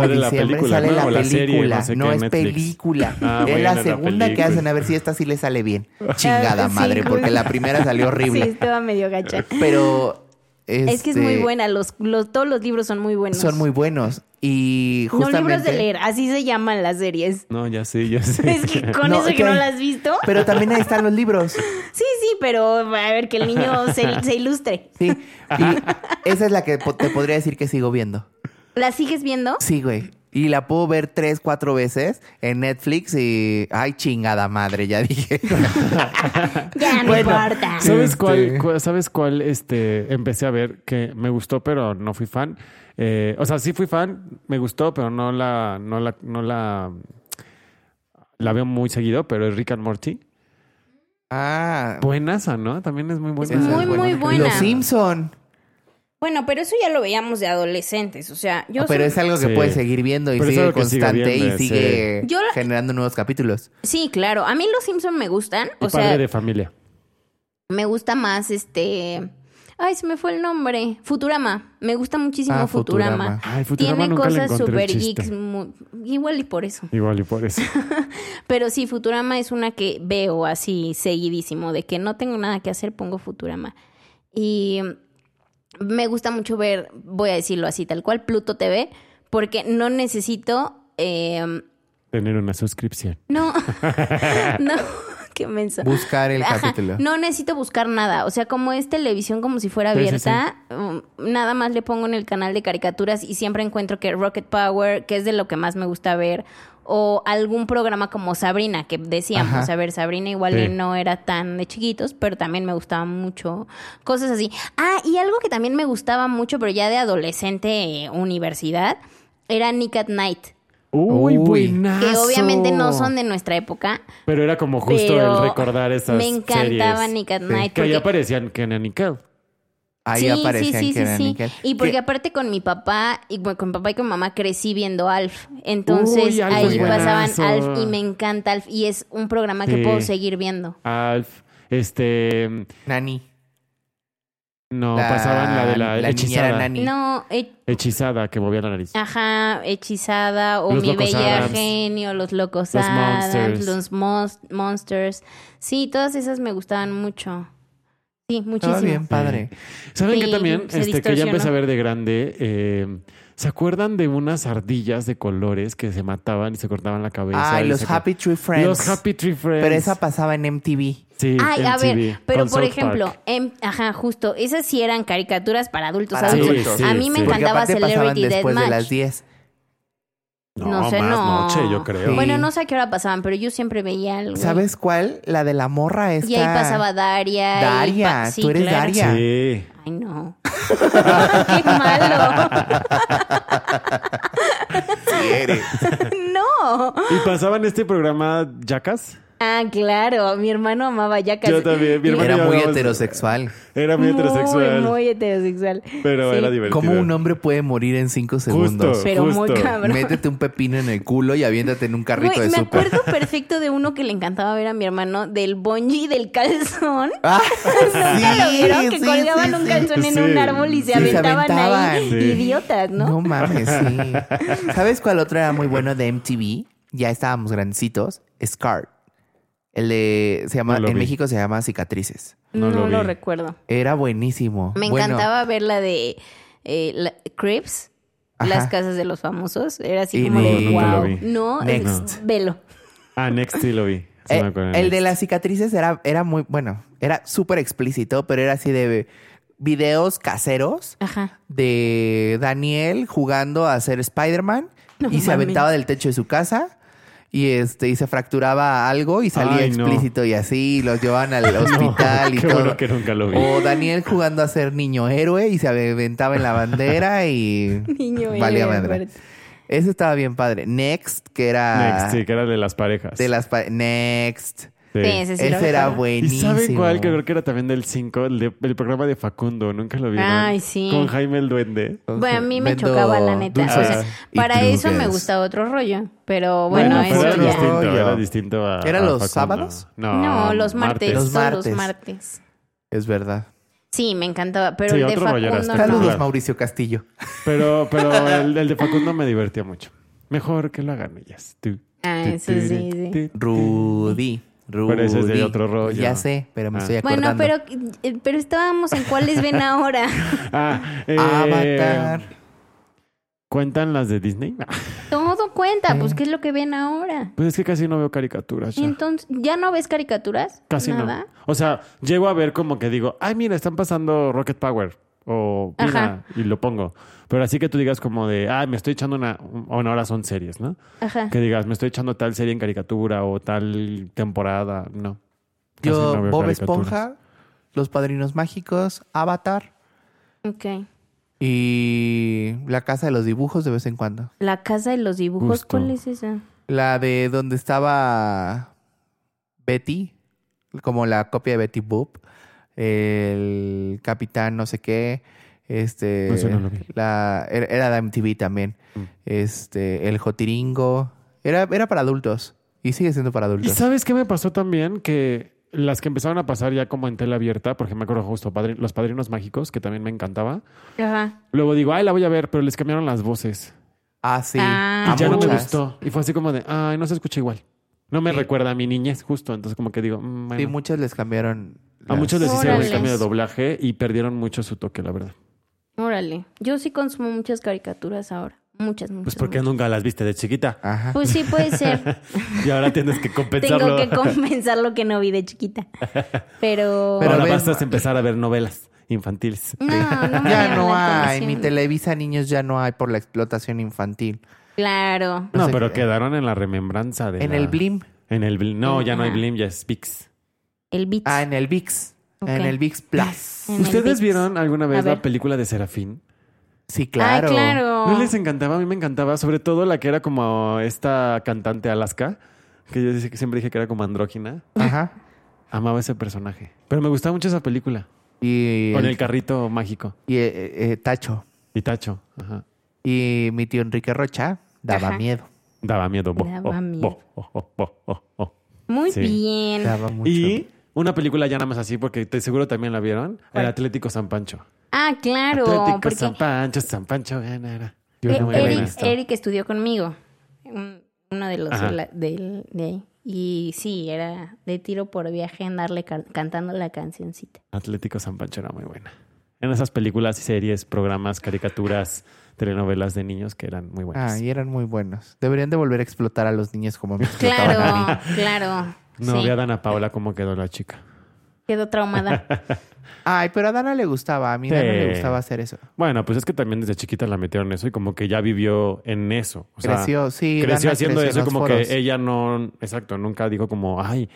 Speaker 2: Sale la
Speaker 3: diciembre
Speaker 2: película,
Speaker 3: sale
Speaker 2: ¿no?
Speaker 3: la
Speaker 2: O la serie,
Speaker 3: película.
Speaker 2: no sé
Speaker 3: no
Speaker 2: qué,
Speaker 3: es
Speaker 2: Netflix.
Speaker 3: película.
Speaker 2: Ah,
Speaker 3: es
Speaker 2: bueno,
Speaker 3: la
Speaker 2: la
Speaker 3: segunda que
Speaker 2: película.
Speaker 3: hacen. A ver si esta sí le sale bien. Chingada
Speaker 4: Ah, sí.
Speaker 3: madre, porque la primera salió
Speaker 4: Sí,
Speaker 3: horrible.
Speaker 4: estaba medio gacha.
Speaker 3: Pero...
Speaker 4: Es que es muy
Speaker 3: este,
Speaker 4: buena. Los, los- todos los libros son muy buenos.
Speaker 3: Son muy buenos. Y
Speaker 4: No
Speaker 3: justamente...
Speaker 4: libros de leer, así se llaman las series.
Speaker 2: No, ya sé, ya sé.
Speaker 4: Es que con
Speaker 3: No,
Speaker 4: eso que no
Speaker 3: ok.
Speaker 4: las has visto.
Speaker 3: Pero también ahí están los libros.
Speaker 4: Sí, sí, pero a ver que el niño se, se ilustre.
Speaker 3: Sí. Y esa es la que po- te podría decir que sigo viendo.
Speaker 4: ¿La sigues viendo?
Speaker 3: Sí, güey. Y la puedo ver tres, cuatro veces en Netflix y... Ay, chingada madre, ya dije.
Speaker 4: Ya no
Speaker 3: Bueno,
Speaker 4: importa.
Speaker 3: sí.
Speaker 2: ¿Sabes
Speaker 3: Este-
Speaker 2: cuál, cuál- ¿Sabes cuál este, empecé a ver que me gustó, pero no fui fan? Eh, o sea, sí fui fan, me gustó, pero no la, no la, no la, la veo muy seguido, pero es Rick and Morty.
Speaker 3: Ah,
Speaker 2: Buenaza, ¿no? También es muy buena.
Speaker 4: Es muy, muy buena.
Speaker 3: Los Simpson.
Speaker 4: Bueno, pero eso ya lo veíamos de adolescentes. O sea, yo
Speaker 3: Ah, Pero
Speaker 4: soy-
Speaker 3: es algo que
Speaker 2: Sí.
Speaker 3: puedes seguir viendo y
Speaker 2: Pero es
Speaker 3: sigue
Speaker 2: algo que sigue
Speaker 3: constante
Speaker 2: viendo,
Speaker 3: y sigue
Speaker 4: sí. Yo la-
Speaker 3: generando nuevos capítulos.
Speaker 4: Sí, claro. A mí los Simpson me gustan.
Speaker 2: Y
Speaker 4: O
Speaker 2: padre
Speaker 4: sea,
Speaker 2: de familia.
Speaker 4: me gusta más este. Ay, se me fue el nombre. Futurama. Me gusta muchísimo
Speaker 3: Ah,
Speaker 4: Futurama.
Speaker 3: Futurama.
Speaker 2: Ay, Futurama
Speaker 4: Tiene
Speaker 2: nunca le
Speaker 4: cosas
Speaker 2: encontré el
Speaker 4: super
Speaker 2: chiste.
Speaker 4: geeks. mu- Igual y por eso.
Speaker 2: Igual y por eso.
Speaker 4: Pero sí, Futurama es una que veo así seguidísimo, de que no tengo nada que hacer, pongo Futurama. Y mm, me gusta mucho ver, voy a decirlo así, tal cual, Pluto TV, porque no necesito... eh,
Speaker 2: Tener una suscripción.
Speaker 4: no, no, qué mensa.
Speaker 3: Buscar el
Speaker 4: Ajá,
Speaker 3: capítulo.
Speaker 4: No necesito buscar nada. O sea, como es televisión como si fuera
Speaker 2: Sí, sí,
Speaker 4: abierta, mm, nada más le pongo en el canal de caricaturas y siempre encuentro que Rocket Power, que es de lo que más me gusta ver, o algún programa como Sabrina, que decíamos,
Speaker 3: Ajá.
Speaker 4: a ver, Sabrina igual
Speaker 2: Sí.
Speaker 4: y no era tan de chiquitos, pero también me gustaba mucho. Cosas así. Ah, y algo que también me gustaba mucho, pero ya de adolescente, eh, universidad, era Nick at Night.
Speaker 2: Uy,
Speaker 3: Uy.
Speaker 2: buenazo.
Speaker 4: Que obviamente no son de nuestra época,
Speaker 2: Pero era como justo
Speaker 4: pero
Speaker 2: el recordar esas
Speaker 4: me encantaba
Speaker 2: series.
Speaker 4: Nick at Night.
Speaker 2: Que ahí
Speaker 4: porque-
Speaker 2: aparecían Ken and Nickel.
Speaker 3: Ahí
Speaker 4: Sí,
Speaker 3: aparecían
Speaker 4: sí, sí,
Speaker 3: que
Speaker 4: sí,
Speaker 3: eran
Speaker 4: sí.
Speaker 3: Nickel.
Speaker 4: Y porque
Speaker 3: Que-
Speaker 4: aparte con mi papá, y bueno, con mi papá y con mi mamá crecí viendo Alf. Entonces
Speaker 2: Uy, Alf
Speaker 4: ahí
Speaker 3: es
Speaker 4: pasaban
Speaker 2: buenazo.
Speaker 4: Alf y me encanta Alf. Y es un programa que
Speaker 2: Sí.
Speaker 4: puedo seguir viendo.
Speaker 2: Alf, este...
Speaker 3: Nani.
Speaker 2: No, pasaban la de la,
Speaker 3: niñera
Speaker 2: hechizada.
Speaker 3: Nani.
Speaker 4: No, eh,
Speaker 2: Hechizada que movía la nariz.
Speaker 4: ajá, hechizada o
Speaker 2: Los
Speaker 4: mi
Speaker 2: Locos
Speaker 4: bella
Speaker 2: Adams.
Speaker 4: genio, los locos
Speaker 2: Los
Speaker 4: Adams,
Speaker 2: Monsters.
Speaker 4: los Mons- monsters. Sí, todas esas me gustaban mucho. Sí,
Speaker 3: Estaba
Speaker 4: muchísimo.
Speaker 3: bien padre.
Speaker 2: ¿Saben
Speaker 4: Sí,
Speaker 2: qué también? Este,
Speaker 4: se
Speaker 2: que ya
Speaker 4: distorsionó.
Speaker 2: empecé a ver de grande. eh, ¿Se acuerdan de unas ardillas de colores que se mataban y se cortaban la cabeza? y
Speaker 3: Ay, Ah, los
Speaker 2: se co-
Speaker 3: Happy Tree Friends.
Speaker 2: Los Happy Tree Friends.
Speaker 3: Pero esa pasaba en MTV.
Speaker 2: Sí,
Speaker 4: Ay, a
Speaker 2: MTV,
Speaker 4: ver, pero
Speaker 2: con
Speaker 4: por
Speaker 2: South
Speaker 4: ejemplo,
Speaker 2: Park.
Speaker 4: em- ajá, justo, esas sí eran caricaturas para adultos.
Speaker 3: Para
Speaker 4: adultos.
Speaker 3: adultos.
Speaker 2: Sí,
Speaker 4: a
Speaker 2: sí,
Speaker 4: mí me
Speaker 2: sí.
Speaker 3: Porque
Speaker 4: encantaba
Speaker 3: aparte pasaban
Speaker 4: Celebrity
Speaker 3: después de las
Speaker 4: Deathmatch.
Speaker 3: 10.
Speaker 2: No,
Speaker 4: sé,
Speaker 2: más
Speaker 4: no. Pues,
Speaker 2: noche, yo creo.
Speaker 3: Sí.
Speaker 4: Bueno, no sé a qué hora pasaban, pero yo siempre veía algo.
Speaker 3: ¿Sabes cuál? La de la morra esta.
Speaker 4: Y ahí pasaba Daria. y
Speaker 3: Daria,
Speaker 4: pa- sí,
Speaker 3: tú eres
Speaker 4: claro.
Speaker 3: Daria.
Speaker 2: Sí.
Speaker 4: Ay, no. qué malo. no.
Speaker 2: Y pasaban este programa Jackass.
Speaker 4: Ah, claro, mi hermano amaba Yacas.
Speaker 2: Yo también, mi hermano
Speaker 3: Era muy
Speaker 2: digamos,
Speaker 3: heterosexual.
Speaker 2: Era muy heterosexual.
Speaker 4: Muy, heterosexual.
Speaker 2: Pero
Speaker 4: Sí.
Speaker 2: era divertido.
Speaker 3: ¿Cómo un hombre puede morir en 5 segundos?
Speaker 4: Pero muy
Speaker 2: Justo.
Speaker 4: cabrón.
Speaker 3: Métete un pepino en el culo y aviéntate en un carrito
Speaker 4: Ah, Güey,
Speaker 3: de
Speaker 4: me
Speaker 3: súper.
Speaker 4: acuerdo perfecto de uno que le encantaba ver a mi hermano del bonji del calzón.
Speaker 3: Ah,
Speaker 4: Nunca lo vieron que
Speaker 3: sí,
Speaker 4: colgaban
Speaker 3: sí,
Speaker 4: un
Speaker 3: sí.
Speaker 4: calzón en
Speaker 2: Sí.
Speaker 4: un árbol y se
Speaker 2: Sí, se
Speaker 4: aventaban, ahí.
Speaker 3: aventaban.
Speaker 2: Sí.
Speaker 4: Idiotas, ¿no?
Speaker 3: No mames, sí. ¿Sabes cuál otro era muy bueno de MTV? ya estábamos grandecitos, Scar. El de, se llama,
Speaker 2: No lo
Speaker 3: en
Speaker 2: vi.
Speaker 3: México se llama Cicatrices.
Speaker 2: No
Speaker 4: No,
Speaker 2: lo
Speaker 4: lo,
Speaker 2: vi.
Speaker 4: recuerdo.
Speaker 3: Era buenísimo.
Speaker 4: Me
Speaker 3: Bueno,
Speaker 4: encantaba ver la de eh, la- Cribs,
Speaker 3: Ajá.
Speaker 4: Las Casas de los Famosos. Era
Speaker 3: Y
Speaker 4: así como
Speaker 3: ni-
Speaker 4: de,
Speaker 2: No, nunca lo
Speaker 4: wow.
Speaker 2: vi.
Speaker 4: No, es-
Speaker 3: Next.
Speaker 4: velo.
Speaker 2: Ah, Next sí lo vi. Sí me
Speaker 3: eh,
Speaker 2: acuerdo
Speaker 3: el de
Speaker 2: Next.
Speaker 3: las cicatrices era, era muy, bueno, era súper explícito, pero era así de videos caseros
Speaker 4: Ajá.
Speaker 3: de Daniel jugando a ser Spider-Man
Speaker 4: No
Speaker 3: y se
Speaker 4: mames.
Speaker 3: aventaba del techo de su casa y este y se fracturaba algo y salía
Speaker 2: Ay, no.
Speaker 3: explícito y así y los llevaban al hospital y
Speaker 2: Qué
Speaker 3: todo.
Speaker 2: bueno que nunca lo vi.
Speaker 3: O Daniel jugando a ser niño héroe y se aventaba en la bandera y
Speaker 4: Niño
Speaker 3: valía
Speaker 4: héroe,
Speaker 3: madre.
Speaker 4: aparte.
Speaker 3: Ese estaba bien padre. Next, que era
Speaker 2: Next, sí, que era de las parejas.
Speaker 3: de las pa- Next.
Speaker 2: Sí.
Speaker 4: Sí, ese sí lo
Speaker 3: Ese era
Speaker 4: recuerdo.
Speaker 2: ¿Y
Speaker 3: buenísimo.
Speaker 2: saben cuál? Que creo que era también del 5, el, de- el programa de Facundo. Nunca lo vieron.
Speaker 4: Ay, sí.
Speaker 2: Con Jaime el Duende.
Speaker 4: Bueno, a mí me
Speaker 3: Vendo
Speaker 4: chocaba, la neta. O sea,
Speaker 3: dulces y
Speaker 4: Para eso me
Speaker 3: dulces.
Speaker 4: gustaba otro rollo. Pero bueno,
Speaker 3: Bueno,
Speaker 2: pero
Speaker 3: es
Speaker 4: eso
Speaker 2: era este-
Speaker 3: otro
Speaker 4: ya.
Speaker 2: distinto,
Speaker 3: rollo.
Speaker 2: era distinto a.
Speaker 3: ¿Era
Speaker 2: a
Speaker 3: los
Speaker 2: Facundo.
Speaker 3: sábados?
Speaker 2: No,
Speaker 4: No, los martes.
Speaker 3: Los
Speaker 4: todos los
Speaker 3: martes.
Speaker 4: martes.
Speaker 3: Es verdad.
Speaker 4: Sí, me encantaba. Pero
Speaker 2: Sí,
Speaker 4: el de
Speaker 2: otro rollo era
Speaker 4: Facundo.
Speaker 2: espectacular.
Speaker 4: no.
Speaker 3: Saludos, Mauricio Castillo.
Speaker 2: Pero, pero el, el de Facundo me divertía mucho. Mejor que lo hagan ellas. Tú,
Speaker 4: Ah,
Speaker 2: tú,
Speaker 4: eso
Speaker 2: tú,
Speaker 4: sí,
Speaker 2: tú,
Speaker 4: sí.
Speaker 2: tú, tú.
Speaker 3: Rudy. Rudy.
Speaker 2: Pero ese es de otro rollo.
Speaker 3: Ya sé, pero me
Speaker 2: Ah.
Speaker 3: estoy acordando.
Speaker 4: Bueno, pero, eh, pero estábamos en cuáles ven ahora.
Speaker 2: Ah, eh,
Speaker 3: Avatar.
Speaker 2: ¿Cuentan las de Disney? Ah,
Speaker 4: Todo cuenta,
Speaker 3: Sí.
Speaker 4: pues qué es lo que ven ahora.
Speaker 2: Pues es que casi no veo caricaturas. ya.
Speaker 4: Entonces, ¿ya no ves caricaturas?
Speaker 2: Casi
Speaker 4: Nada.
Speaker 2: no. O sea, llego a ver como que digo, ay, mira, están pasando Rocket Power o Pina
Speaker 4: Ajá.
Speaker 2: y lo pongo. Pero así que tú digas como de, ah, me estoy echando una, bueno, ahora son series, ¿no?
Speaker 4: Ajá.
Speaker 2: Que digas, me estoy echando tal serie en caricatura o tal temporada, no. Casi
Speaker 3: Yo,
Speaker 2: no veo
Speaker 3: Bob
Speaker 2: caricaturas.
Speaker 3: Esponja, Los Padrinos Mágicos, Avatar
Speaker 4: Ok.
Speaker 3: y La Casa de los Dibujos de vez en cuando.
Speaker 4: La casa de los dibujos,
Speaker 2: Justo.
Speaker 4: ¿cuál es esa?
Speaker 3: La de donde estaba Betty, como la copia de Betty Boop, el capitán no sé qué, este,
Speaker 2: No sé, no lo vi.
Speaker 3: la, era, era de MTV también,
Speaker 2: Mm.
Speaker 3: este, el Jotiringo, era, era para adultos y sigue siendo para
Speaker 2: ¿Y
Speaker 3: adultos.
Speaker 2: sabes qué me pasó también? Que las que empezaron a pasar ya como en tela abierta, porque me acuerdo justo padri- Los Padrinos Mágicos, que también me encantaba.
Speaker 4: Ajá.
Speaker 2: Luego digo, ay, la voy a ver, pero les cambiaron las voces.
Speaker 3: Ah, sí.
Speaker 4: Ah.
Speaker 3: a
Speaker 2: Y ya no me
Speaker 3: muchas.
Speaker 2: gustó. Y fue así como de, ay, no se escucha igual. No me
Speaker 3: Sí.
Speaker 2: recuerda a mi niñez, justo. Entonces, como que digo, mm, bueno.
Speaker 3: Sí, muchas les cambiaron.
Speaker 2: a
Speaker 3: las-
Speaker 2: muchos les hicieron el
Speaker 4: Órale.
Speaker 2: cambio de doblaje y perdieron mucho su toque, la verdad.
Speaker 4: Órale. Yo sí consumo muchas caricaturas ahora. Muchas, muchas.
Speaker 2: Pues porque
Speaker 4: muchas.
Speaker 2: nunca las viste de chiquita.
Speaker 3: Ajá.
Speaker 4: Pues sí, puede ser.
Speaker 2: Y ahora tienes que
Speaker 4: Tengo
Speaker 2: compensarlo.
Speaker 4: que compensar lo que no vi de chiquita. Pero.
Speaker 3: Pero
Speaker 2: ahora
Speaker 3: ven-
Speaker 2: vas a empezar a ver novelas infantiles.
Speaker 4: no, no me
Speaker 3: Ya
Speaker 4: llama
Speaker 3: no
Speaker 4: la
Speaker 3: hay, ni
Speaker 4: atención.
Speaker 3: Televisa Niños ya no hay por la explotación infantil.
Speaker 4: Claro.
Speaker 2: No,
Speaker 3: sé
Speaker 2: pero
Speaker 3: qué-
Speaker 2: quedaron en la remembranza de.
Speaker 3: En
Speaker 2: la-
Speaker 3: el Blim.
Speaker 2: En el Blim. No, ya no hay
Speaker 4: Ajá.
Speaker 2: Blim, ya es Pix.
Speaker 4: El beat.
Speaker 3: Ah, en el VIX. Ah,
Speaker 4: Ok. Ah,
Speaker 3: En el VIX Plus.
Speaker 4: En el
Speaker 2: ¿Ustedes
Speaker 4: Vix.
Speaker 2: vieron alguna
Speaker 4: A
Speaker 2: vez la
Speaker 4: ver.
Speaker 2: película de Serafín?
Speaker 3: Sí, claro.
Speaker 4: Ah, claro.
Speaker 2: ¿No les encantaba? A mí me encantaba, sobre todo la que era como esta cantante Alaska, que yo dice- que siempre dije que era como andrógina.
Speaker 3: Ajá.
Speaker 2: Amaba ese personaje. Pero me gustaba mucho esa película.
Speaker 3: Y,
Speaker 2: Con
Speaker 3: el-
Speaker 2: el carrito mágico
Speaker 3: y, eh, eh, Tacho.
Speaker 2: y Tacho. Ajá.
Speaker 3: Y mi tío Enrique Rocha daba
Speaker 4: Ajá.
Speaker 3: miedo.
Speaker 2: Daba miedo. bo,
Speaker 4: Daba
Speaker 2: oh,
Speaker 4: miedo.
Speaker 2: bo, oh, oh, oh, oh, oh.
Speaker 4: Muy
Speaker 2: Sí.
Speaker 4: bien.
Speaker 3: Daba mucho.
Speaker 2: Y una película ya nada más así, porque te seguro también la vieron. El Atlético San Pancho.
Speaker 4: Ah, claro.
Speaker 2: Atlético
Speaker 4: porque
Speaker 2: San Pancho, San Pancho ganará.
Speaker 4: Eh,
Speaker 2: no me
Speaker 3: buena
Speaker 4: Eric,
Speaker 2: acuerdo.
Speaker 4: Eric estudió conmigo. Un- Uno de los
Speaker 2: Ajá.
Speaker 4: de, la- del- de ahí. Y sí, era de tiro por viaje andarle can- cantando la cancioncita.
Speaker 2: Atlético San Pancho era muy buena. En esas películas y series, programas, caricaturas, telenovelas de niños que eran muy buenas.
Speaker 3: Ah, y eran muy buenos. Deberían de volver a explotar a los niños como me explotaban a mí.
Speaker 4: Claro, claro.
Speaker 2: no
Speaker 4: sí,
Speaker 2: vi a Dana Paola cómo quedó la chica.
Speaker 4: Quedó traumada.
Speaker 3: Ay, pero a Dana le gustaba. A mí Dana
Speaker 2: Sí.
Speaker 3: le gustaba hacer eso.
Speaker 2: Bueno, pues es que también desde chiquita la metieron eso y como que ya vivió en eso. O sea,
Speaker 3: creció, sí.
Speaker 2: creció
Speaker 3: Dana
Speaker 2: haciendo
Speaker 3: creció en
Speaker 2: eso y
Speaker 3: los
Speaker 2: como
Speaker 3: foros.
Speaker 2: que ella no, exacto, nunca dijo como, ay,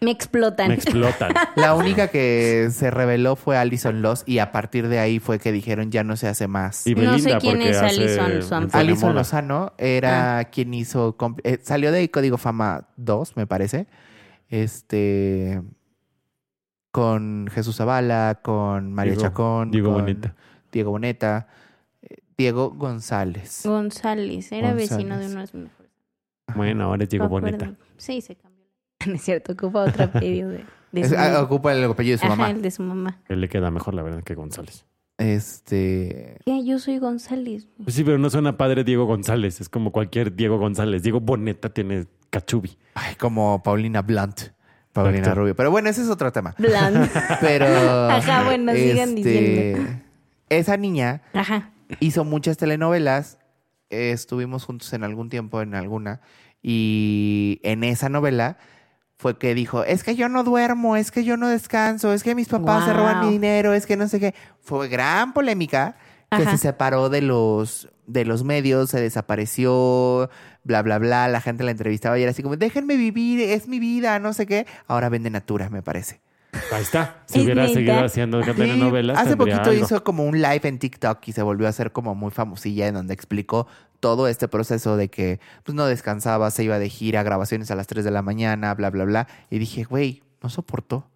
Speaker 4: Me explotan.
Speaker 2: me explotan.
Speaker 3: La única que se reveló fue Alison Loss y a partir de ahí fue que dijeron ya no se hace más.
Speaker 2: Y
Speaker 4: No sé
Speaker 2: Belinda,
Speaker 4: quién
Speaker 2: porque
Speaker 4: es
Speaker 2: hace
Speaker 4: Alison Swanson.
Speaker 2: Info de
Speaker 3: Alison
Speaker 2: Moda.
Speaker 3: Lozano era
Speaker 4: Ah.
Speaker 3: quien hizo. comp- eh, salió de Código Fama 2, me parece. Este. Con Jesús Zavala, con Mario
Speaker 2: Diego-
Speaker 3: Chacón.
Speaker 2: Diego
Speaker 3: con
Speaker 2: Boneta.
Speaker 3: Diego Boneta. eh, Diego González.
Speaker 4: González, era vecino de
Speaker 3: González.
Speaker 4: unos mejores.
Speaker 2: Bueno, ahora llegó
Speaker 4: me acuerdo.
Speaker 2: Boneta.
Speaker 4: Sí, se cambió. No es cierto, ocupa otro apellido de, de
Speaker 3: Es-
Speaker 4: su
Speaker 3: ah,
Speaker 4: mamá.
Speaker 3: ocupa el apellido de su
Speaker 4: Ajá,
Speaker 3: mamá.
Speaker 4: el de su mamá.
Speaker 2: Que le queda mejor, la verdad, que González.
Speaker 3: Este.
Speaker 4: ¿Qué? Yo soy González.
Speaker 2: Pues sí, pero no suena padre Diego González. Es como cualquier Diego González. Diego Boneta tiene cachubi.
Speaker 3: Ay, como Paulina Blunt. Paulina
Speaker 2: Exacto.
Speaker 3: Rubio. Pero bueno, ese es otro tema.
Speaker 4: Blanco.
Speaker 3: Pero. este,
Speaker 4: Ajá, bueno, sigan diciendo.
Speaker 3: Esa niña
Speaker 4: Ajá.
Speaker 3: hizo muchas telenovelas. eh, estuvimos juntos en algún tiempo, en alguna. Y en esa novela fue que dijo: Es que yo no duermo, es que yo no descanso, es que mis papás se roban mi
Speaker 4: Guau.
Speaker 3: dinero, es que no sé qué. Fue gran polémica que
Speaker 4: Ajá.
Speaker 3: se separó de los, de los medios, se desapareció, bla, bla, bla. La gente la entrevistaba y era así como: Déjenme vivir, es mi vida, no sé qué. Ahora vende Natura, me parece.
Speaker 2: Ahí está. Si
Speaker 4: Es
Speaker 2: hubiera
Speaker 4: neta.
Speaker 2: seguido haciendo
Speaker 3: Sí,
Speaker 2: telenovelas.
Speaker 3: Hace
Speaker 2: tendría
Speaker 3: poquito
Speaker 2: algo.
Speaker 3: hizo como un live en TikTok y se volvió a hacer como muy famosilla en donde explicó todo este proceso de que pues, no descansaba, se iba de gira, grabaciones a las 3 de la mañana, bla, bla, bla. Y dije, güey, no soportó.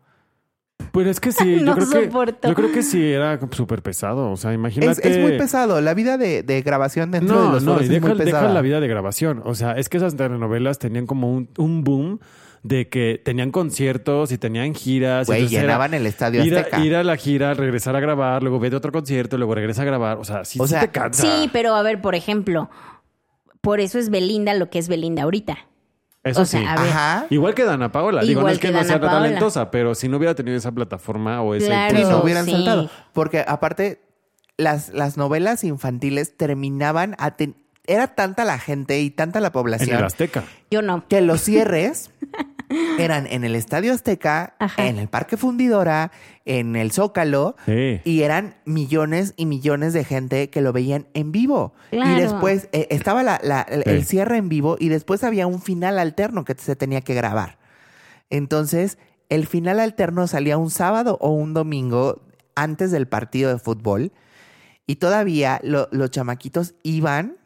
Speaker 2: Pero es que sí, yo,
Speaker 4: No
Speaker 2: creo que,
Speaker 4: soporto.
Speaker 2: yo creo que sí era súper pesado. O sea,
Speaker 3: Es,
Speaker 2: imagínate.
Speaker 3: es muy pesado. La vida de, de grabación dentro de
Speaker 2: No,
Speaker 3: los
Speaker 2: no,
Speaker 3: foros
Speaker 2: y
Speaker 3: es
Speaker 2: deja,
Speaker 3: muy
Speaker 2: deja
Speaker 3: pesada.
Speaker 2: la vida de grabación. O sea, es que esas telenovelas tenían como un, un boom de que tenían conciertos y tenían giras.
Speaker 3: Güey,
Speaker 2: entonces era
Speaker 3: llenaban el estadio
Speaker 2: ir,
Speaker 3: Azteca.
Speaker 2: a, ir a la gira, regresar a grabar, luego vete a otro concierto, luego regresa a grabar. O sea, sí,
Speaker 3: O
Speaker 2: sí
Speaker 3: sea,
Speaker 2: te cansa.
Speaker 4: Sí, pero a ver, por ejemplo, por eso es Belinda lo que es Belinda ahorita.
Speaker 2: Eso
Speaker 4: o sea,
Speaker 2: sí.
Speaker 4: a ver.
Speaker 3: Ajá.
Speaker 2: Igual que Dana Paola. Digo, no
Speaker 4: Igual
Speaker 2: es que,
Speaker 4: que
Speaker 2: no
Speaker 4: Dana
Speaker 2: sea tan
Speaker 4: Paola.
Speaker 2: talentosa, pero si no hubiera tenido esa plataforma o ese
Speaker 4: Claro.
Speaker 3: Sí,
Speaker 2: impulso.
Speaker 3: no hubieran
Speaker 4: sí.
Speaker 3: saltado. Porque aparte, las, las novelas infantiles terminaban... a ten- Era tanta la gente y tanta la población.
Speaker 2: En el Azteca.
Speaker 4: Yo no.
Speaker 3: que los cierres eran en el Estadio Azteca,
Speaker 4: Ajá.
Speaker 3: en el Parque Fundidora, en el Zócalo,
Speaker 2: Sí.
Speaker 3: y eran millones y millones de gente que lo veían en vivo. Y
Speaker 4: Claro.
Speaker 3: después eh, estaba la- la- el, el
Speaker 2: Sí.
Speaker 3: cierre en vivo y después había un final alterno que se tenía que grabar. Entonces, el final alterno salía un sábado o un domingo antes del partido de fútbol y todavía lo- los chamaquitos iban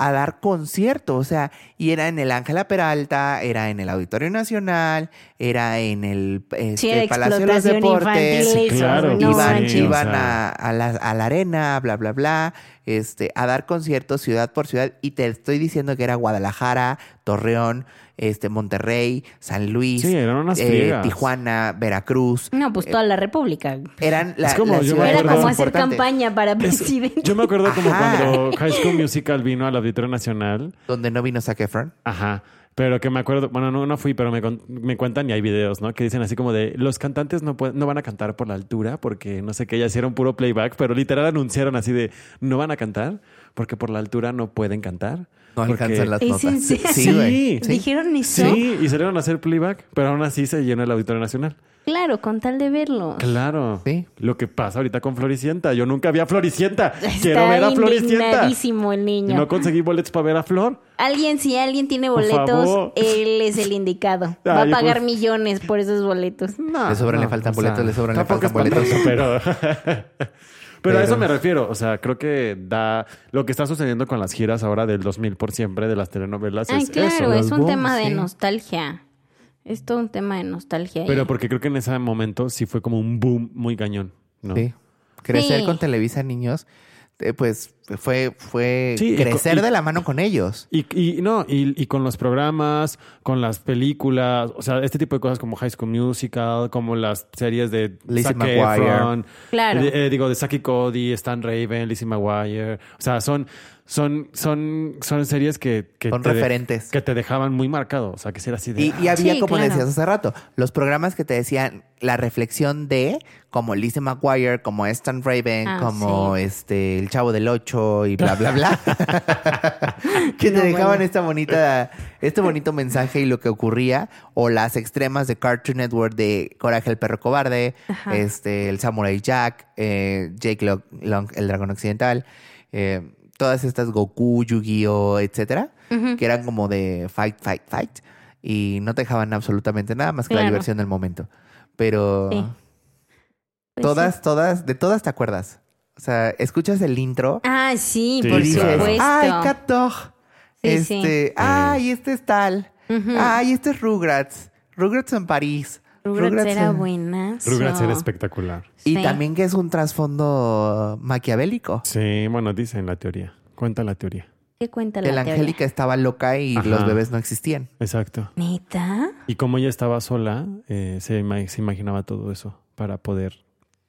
Speaker 3: a dar concierto, o sea, y era en el Ángela Peralta, era en el Auditorio Nacional, era en el este,
Speaker 4: Sí, de
Speaker 3: Palacio de los
Speaker 4: explotación
Speaker 3: Deportes,
Speaker 4: infantil.
Speaker 2: Sí,
Speaker 4: eso,
Speaker 2: claro,
Speaker 4: no
Speaker 2: sí,
Speaker 3: iban,
Speaker 4: manches.
Speaker 2: o
Speaker 3: iban
Speaker 2: sea.
Speaker 3: a, a la, a la arena, bla, bla, bla, este, a dar conciertos ciudad por ciudad. Y te estoy diciendo que era Guadalajara, Torreón, este, Monterrey, San Luis,
Speaker 2: Sí, eran unas
Speaker 3: eh,
Speaker 2: friegas.
Speaker 3: Tijuana, Veracruz.
Speaker 4: No, pues toda la República.
Speaker 3: Eran la,
Speaker 2: Eh, Es como,
Speaker 3: las
Speaker 2: yo me
Speaker 3: ciudades
Speaker 4: Era
Speaker 2: acuerdo-
Speaker 3: más
Speaker 4: como hacer
Speaker 3: importantes,
Speaker 4: campaña para presidente.
Speaker 2: Yo me acuerdo como
Speaker 3: Ajá.
Speaker 2: cuando High School Musical vino al Auditorio Nacional.
Speaker 3: Donde no vino Zac Efron.
Speaker 2: Ajá. Pero que me acuerdo, bueno, no, no fui, pero me, con- me cuentan y hay videos, ¿no? Que dicen así como de, los cantantes no, pueden- no van a cantar por la altura porque no sé qué, ya hicieron puro playback, pero literal anunciaron así de, no van a cantar porque por la altura no pueden cantar.
Speaker 3: No
Speaker 2: porque-
Speaker 3: alcanzan las
Speaker 4: ¿Es
Speaker 3: notas.
Speaker 4: en
Speaker 3: Sí,
Speaker 4: serio?
Speaker 3: sí, güey.
Speaker 2: Sí.
Speaker 4: ¿Dijeron eso?
Speaker 2: Sí, y salieron a hacer playback, pero aún así se llenó el Auditorio Nacional.
Speaker 4: Claro, con tal de verlo.
Speaker 2: Claro.
Speaker 3: Sí.
Speaker 2: Lo que pasa ahorita con Floricienta. Yo nunca vi a Floricienta. Quiero ver
Speaker 4: Está
Speaker 2: a Floricienta.
Speaker 4: indignadísimo el
Speaker 2: Y
Speaker 4: niño.
Speaker 2: No conseguí boletos para ver a Flor.
Speaker 4: Alguien, si alguien tiene
Speaker 2: Por favor.
Speaker 4: boletos, él es el indicado. Va
Speaker 2: Ay,
Speaker 4: a pagar
Speaker 2: pues.
Speaker 4: millones por esos boletos.
Speaker 2: No,
Speaker 3: Le sobran,
Speaker 2: no,
Speaker 3: le faltan
Speaker 2: o
Speaker 3: boletos,
Speaker 2: sea,
Speaker 3: le sobran, le
Speaker 2: tampoco
Speaker 3: faltan
Speaker 2: es
Speaker 3: boletos.
Speaker 2: tanto, Pero, pero, a eso
Speaker 3: Pero-
Speaker 2: me refiero. O sea, creo que da lo que está sucediendo con las giras ahora del 2000 por siempre de las telenovelas
Speaker 4: Ay,
Speaker 2: es
Speaker 4: Ah,
Speaker 2: eso.
Speaker 4: claro, es un
Speaker 3: boom,
Speaker 4: tema
Speaker 3: sí.
Speaker 4: de nostalgia. Es todo un tema de nostalgia.
Speaker 2: Pero porque creo que en ese momento sí fue como un boom muy cañón. ¿no?
Speaker 3: Sí. Crecer
Speaker 4: Sí.
Speaker 3: con Televisa Niños, eh, pues fue, fue
Speaker 2: Sí, y co-
Speaker 3: crecer
Speaker 2: y-
Speaker 3: de la mano con ellos.
Speaker 2: Y, y no, y, y con los programas, con las películas, o sea, este tipo de cosas como High School Musical, como las series de
Speaker 3: Lizzie
Speaker 2: Zac
Speaker 3: McGuire.
Speaker 2: Efron,
Speaker 4: Claro.
Speaker 2: eh, eh, digo, de Saki Cody, Stan Raven, Lizzie McGuire. O sea, son, son, son, son series que, que
Speaker 3: Son
Speaker 2: te de-
Speaker 3: referentes.
Speaker 2: que te dejaban muy marcado. O sea, que si era así de. "Ah,
Speaker 3: Y, y había,
Speaker 4: Sí,
Speaker 3: como
Speaker 4: claro.
Speaker 3: decías hace rato, los programas que te decían la reflexión de, como Lizzie McGuire, como Stan Raven,
Speaker 4: Ah,
Speaker 3: como
Speaker 4: sí.
Speaker 3: este El Chavo del Ocho y bla, bla, bla. que te
Speaker 4: No,
Speaker 3: dejaban
Speaker 4: bueno.
Speaker 3: esta bonita, este bonito mensaje y lo que ocurría, o las extremas de Cartoon Network de Coraje el Perro Cobarde,
Speaker 4: Ajá.
Speaker 3: este El Samurai Jack, eh, Jake Lo- Long, el Dragón Occidental, eh, todas estas Goku, Yu-Gi-Oh, etcétera
Speaker 4: Ujú.
Speaker 3: que eran como de fight, fight, fight. Y no te dejaban absolutamente nada más que la
Speaker 4: Claro.
Speaker 3: diversión del momento. Pero
Speaker 4: Sí. Pues
Speaker 3: todas,
Speaker 4: sí.
Speaker 3: todas, de todas te acuerdas. O sea, escuchas el intro
Speaker 4: Ah, sí,
Speaker 2: Sí,
Speaker 4: por
Speaker 3: y dices,
Speaker 2: claro.
Speaker 4: supuesto.
Speaker 3: ay, Cat Dog.
Speaker 4: Sí, sí. Mm.
Speaker 3: este, ay, este es tal.
Speaker 4: Ujú.
Speaker 3: Ay, este es Rugrats. Rugrats en París.
Speaker 4: Rugrats era
Speaker 3: en-
Speaker 4: buena.
Speaker 2: Rugrats era espectacular.
Speaker 3: Y
Speaker 4: Sí.
Speaker 3: también que es un trasfondo maquiavélico.
Speaker 2: Sí, bueno, dicen la teoría. Cuenta la teoría.
Speaker 4: ¿Qué cuenta
Speaker 3: Que
Speaker 4: la
Speaker 3: la
Speaker 4: teoría?
Speaker 3: Angélica estaba loca y
Speaker 2: Ajá.
Speaker 3: los bebés no existían.
Speaker 2: Exacto.
Speaker 4: ¿Neta?
Speaker 2: Y como ella estaba sola, eh, se, ima- se imaginaba todo eso para poder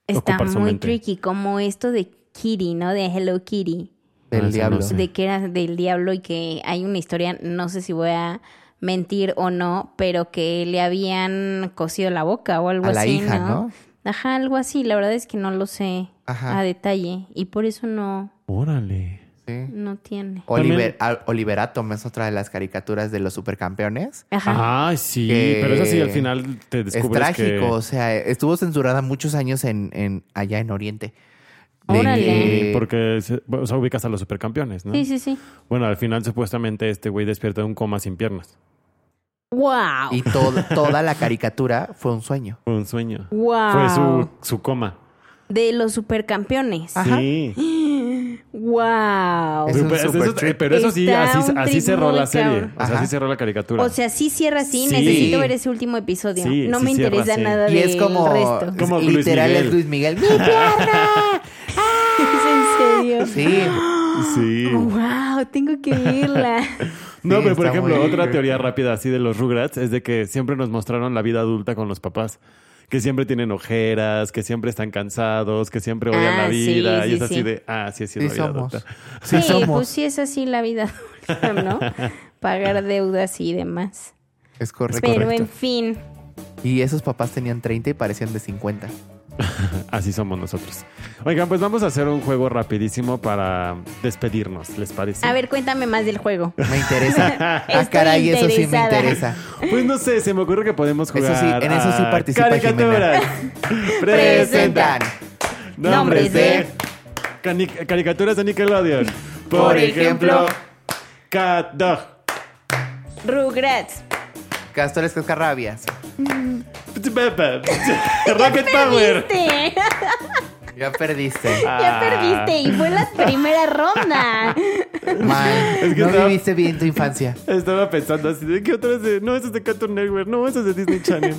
Speaker 4: Está
Speaker 2: ocupar su
Speaker 4: muy
Speaker 2: mente.
Speaker 4: tricky, como esto de Kitty, ¿no? De Hello Kitty.
Speaker 3: Del
Speaker 2: Ah, eso
Speaker 3: diablo.
Speaker 2: no sé. Sí.
Speaker 4: De que era del diablo y que hay una historia, no sé si voy a mentir o no, pero que le habían cosido la boca o algo
Speaker 3: A
Speaker 4: así.
Speaker 3: la hija,
Speaker 4: ¿no?
Speaker 3: ¿no?
Speaker 4: Ajá, algo así. La verdad es que no lo sé
Speaker 3: Ajá.
Speaker 4: a detalle y por eso no,
Speaker 2: Órale.
Speaker 3: Sí.
Speaker 4: no tiene.
Speaker 3: Oliver, ah, Al- Oliver Atom es otra de las caricaturas de los supercampeones.
Speaker 4: Ajá.
Speaker 2: Ay, sí,
Speaker 3: Que-
Speaker 2: pero es así, al final te
Speaker 3: Es
Speaker 2: descubres
Speaker 3: trágico, o sea, estuvo censurada muchos años en, en allá en Oriente. De
Speaker 4: Órale.
Speaker 2: que...
Speaker 3: que-
Speaker 2: Porque, se- o sea, ubicas a los supercampeones, ¿no?
Speaker 4: Sí, sí, sí.
Speaker 2: Bueno, al final supuestamente este güey despierta de un coma sin piernas.
Speaker 4: ¡Wow!
Speaker 3: Y to- toda la caricatura fue un sueño.
Speaker 2: Fue un sueño.
Speaker 4: ¡Wow!
Speaker 2: Fue su, Ah. su coma.
Speaker 4: De los supercampeones.
Speaker 2: Sí.
Speaker 4: ¡Wow!
Speaker 3: Es un
Speaker 2: Pero pues, eso-
Speaker 3: super
Speaker 2: eso-
Speaker 3: trip.
Speaker 2: pero eso sí,
Speaker 4: Está
Speaker 2: así,
Speaker 4: un
Speaker 2: así
Speaker 4: trip
Speaker 2: cerró
Speaker 4: muy
Speaker 2: la serie.
Speaker 4: cabrón.
Speaker 2: O sea,
Speaker 3: Ajá.
Speaker 2: así cerró la caricatura.
Speaker 4: O sea, sí cierra así.
Speaker 2: Sí.
Speaker 4: Necesito ver ese último episodio.
Speaker 2: Sí,
Speaker 4: no
Speaker 2: sí
Speaker 4: me
Speaker 2: cierra
Speaker 4: interesa
Speaker 2: así.
Speaker 4: nada del
Speaker 3: Y es como,
Speaker 4: resto.
Speaker 2: Como Luis
Speaker 3: literal
Speaker 2: Miguel.
Speaker 3: es Luis Miguel. ¡Mi pierna!
Speaker 4: ¿Es en serio?
Speaker 3: Sí.
Speaker 2: sí.
Speaker 4: Oh, ¡Wow! Tengo que verla.
Speaker 2: No,
Speaker 3: Sí,
Speaker 2: pero por
Speaker 3: está
Speaker 2: ejemplo,
Speaker 3: muy-
Speaker 2: otra teoría rápida así de los Rugrats es de que siempre nos mostraron la vida adulta con los papás. Que siempre tienen ojeras, que siempre están cansados, que siempre odian
Speaker 4: Ah,
Speaker 2: la
Speaker 4: sí,
Speaker 2: vida. y
Speaker 4: sí,
Speaker 2: es así
Speaker 4: sí.
Speaker 2: de, ah, sí, sí, es
Speaker 3: Sí
Speaker 2: la vida
Speaker 3: somos.
Speaker 2: adulta.
Speaker 4: Sí,
Speaker 3: Sí, somos.
Speaker 4: pues sí es así la vida adulta, ¿no? Pagar deudas y demás.
Speaker 3: Es correcto.
Speaker 4: Pero en fin.
Speaker 3: Y esos papás tenían 30 y parecían de 50.
Speaker 2: Así somos nosotros. Oigan, pues vamos a hacer un juego rapidísimo para despedirnos, ¿les parece?
Speaker 4: A ver, cuéntame más del juego.
Speaker 3: Me interesa. ah,
Speaker 4: Estoy
Speaker 3: caray, eso sí me
Speaker 4: interesada.
Speaker 3: interesa.
Speaker 2: Pues no sé, se me ocurre que podemos
Speaker 3: Eso
Speaker 2: jugar.
Speaker 3: sí, en eso sí
Speaker 2: a
Speaker 3: participa
Speaker 2: Caricaturas. Presenta.
Speaker 3: Presentan.
Speaker 2: Nombres
Speaker 4: Nombres
Speaker 2: de
Speaker 4: de
Speaker 2: cani- caricaturas de Nickelodeon.
Speaker 3: Por ejemplo,
Speaker 2: Cat Dog.
Speaker 4: Rugrats.
Speaker 3: Castores Cascarrabias.
Speaker 2: Peppa, Rocket Power. Ah.
Speaker 4: Perdiste.
Speaker 3: Ya perdiste.
Speaker 4: Ya perdiste. Y fue la primera ronda.
Speaker 3: Mal.
Speaker 2: Es que
Speaker 3: no
Speaker 2: estaba-
Speaker 3: viviste bien tu infancia.
Speaker 2: Estaba pensando así de que otra vez de, no, eso es de Cartoon Network, no, eso es de Disney Channel.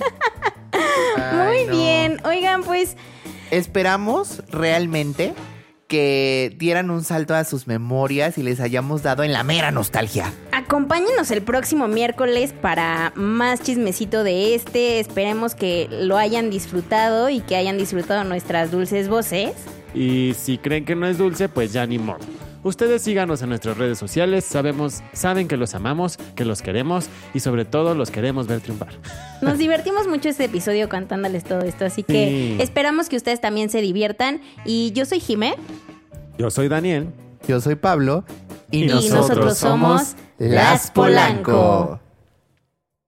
Speaker 4: Muy
Speaker 3: Ay, no.
Speaker 4: bien. Oigan, pues.
Speaker 3: Esperamos realmente que dieran un salto a sus memorias y les hayamos dado en la mera nostalgia.
Speaker 4: Acompáñenos el próximo miércoles para más chismecito de este. Esperemos que lo hayan disfrutado y que hayan disfrutado nuestras dulces voces.
Speaker 2: y si creen que no es dulce, pues ya ni modo. Ustedes síganos en nuestras redes sociales, sabemos, saben que los amamos, que los queremos y sobre todo los queremos ver triunfar.
Speaker 4: Nos divertimos mucho este episodio contándoles todo esto, así que
Speaker 2: Sí.
Speaker 4: esperamos que ustedes también se diviertan. Y yo soy Jimé
Speaker 2: Yo soy Daniel.
Speaker 3: Yo soy Pablo
Speaker 2: Y
Speaker 4: y nosotros, somos
Speaker 3: Las Polanco.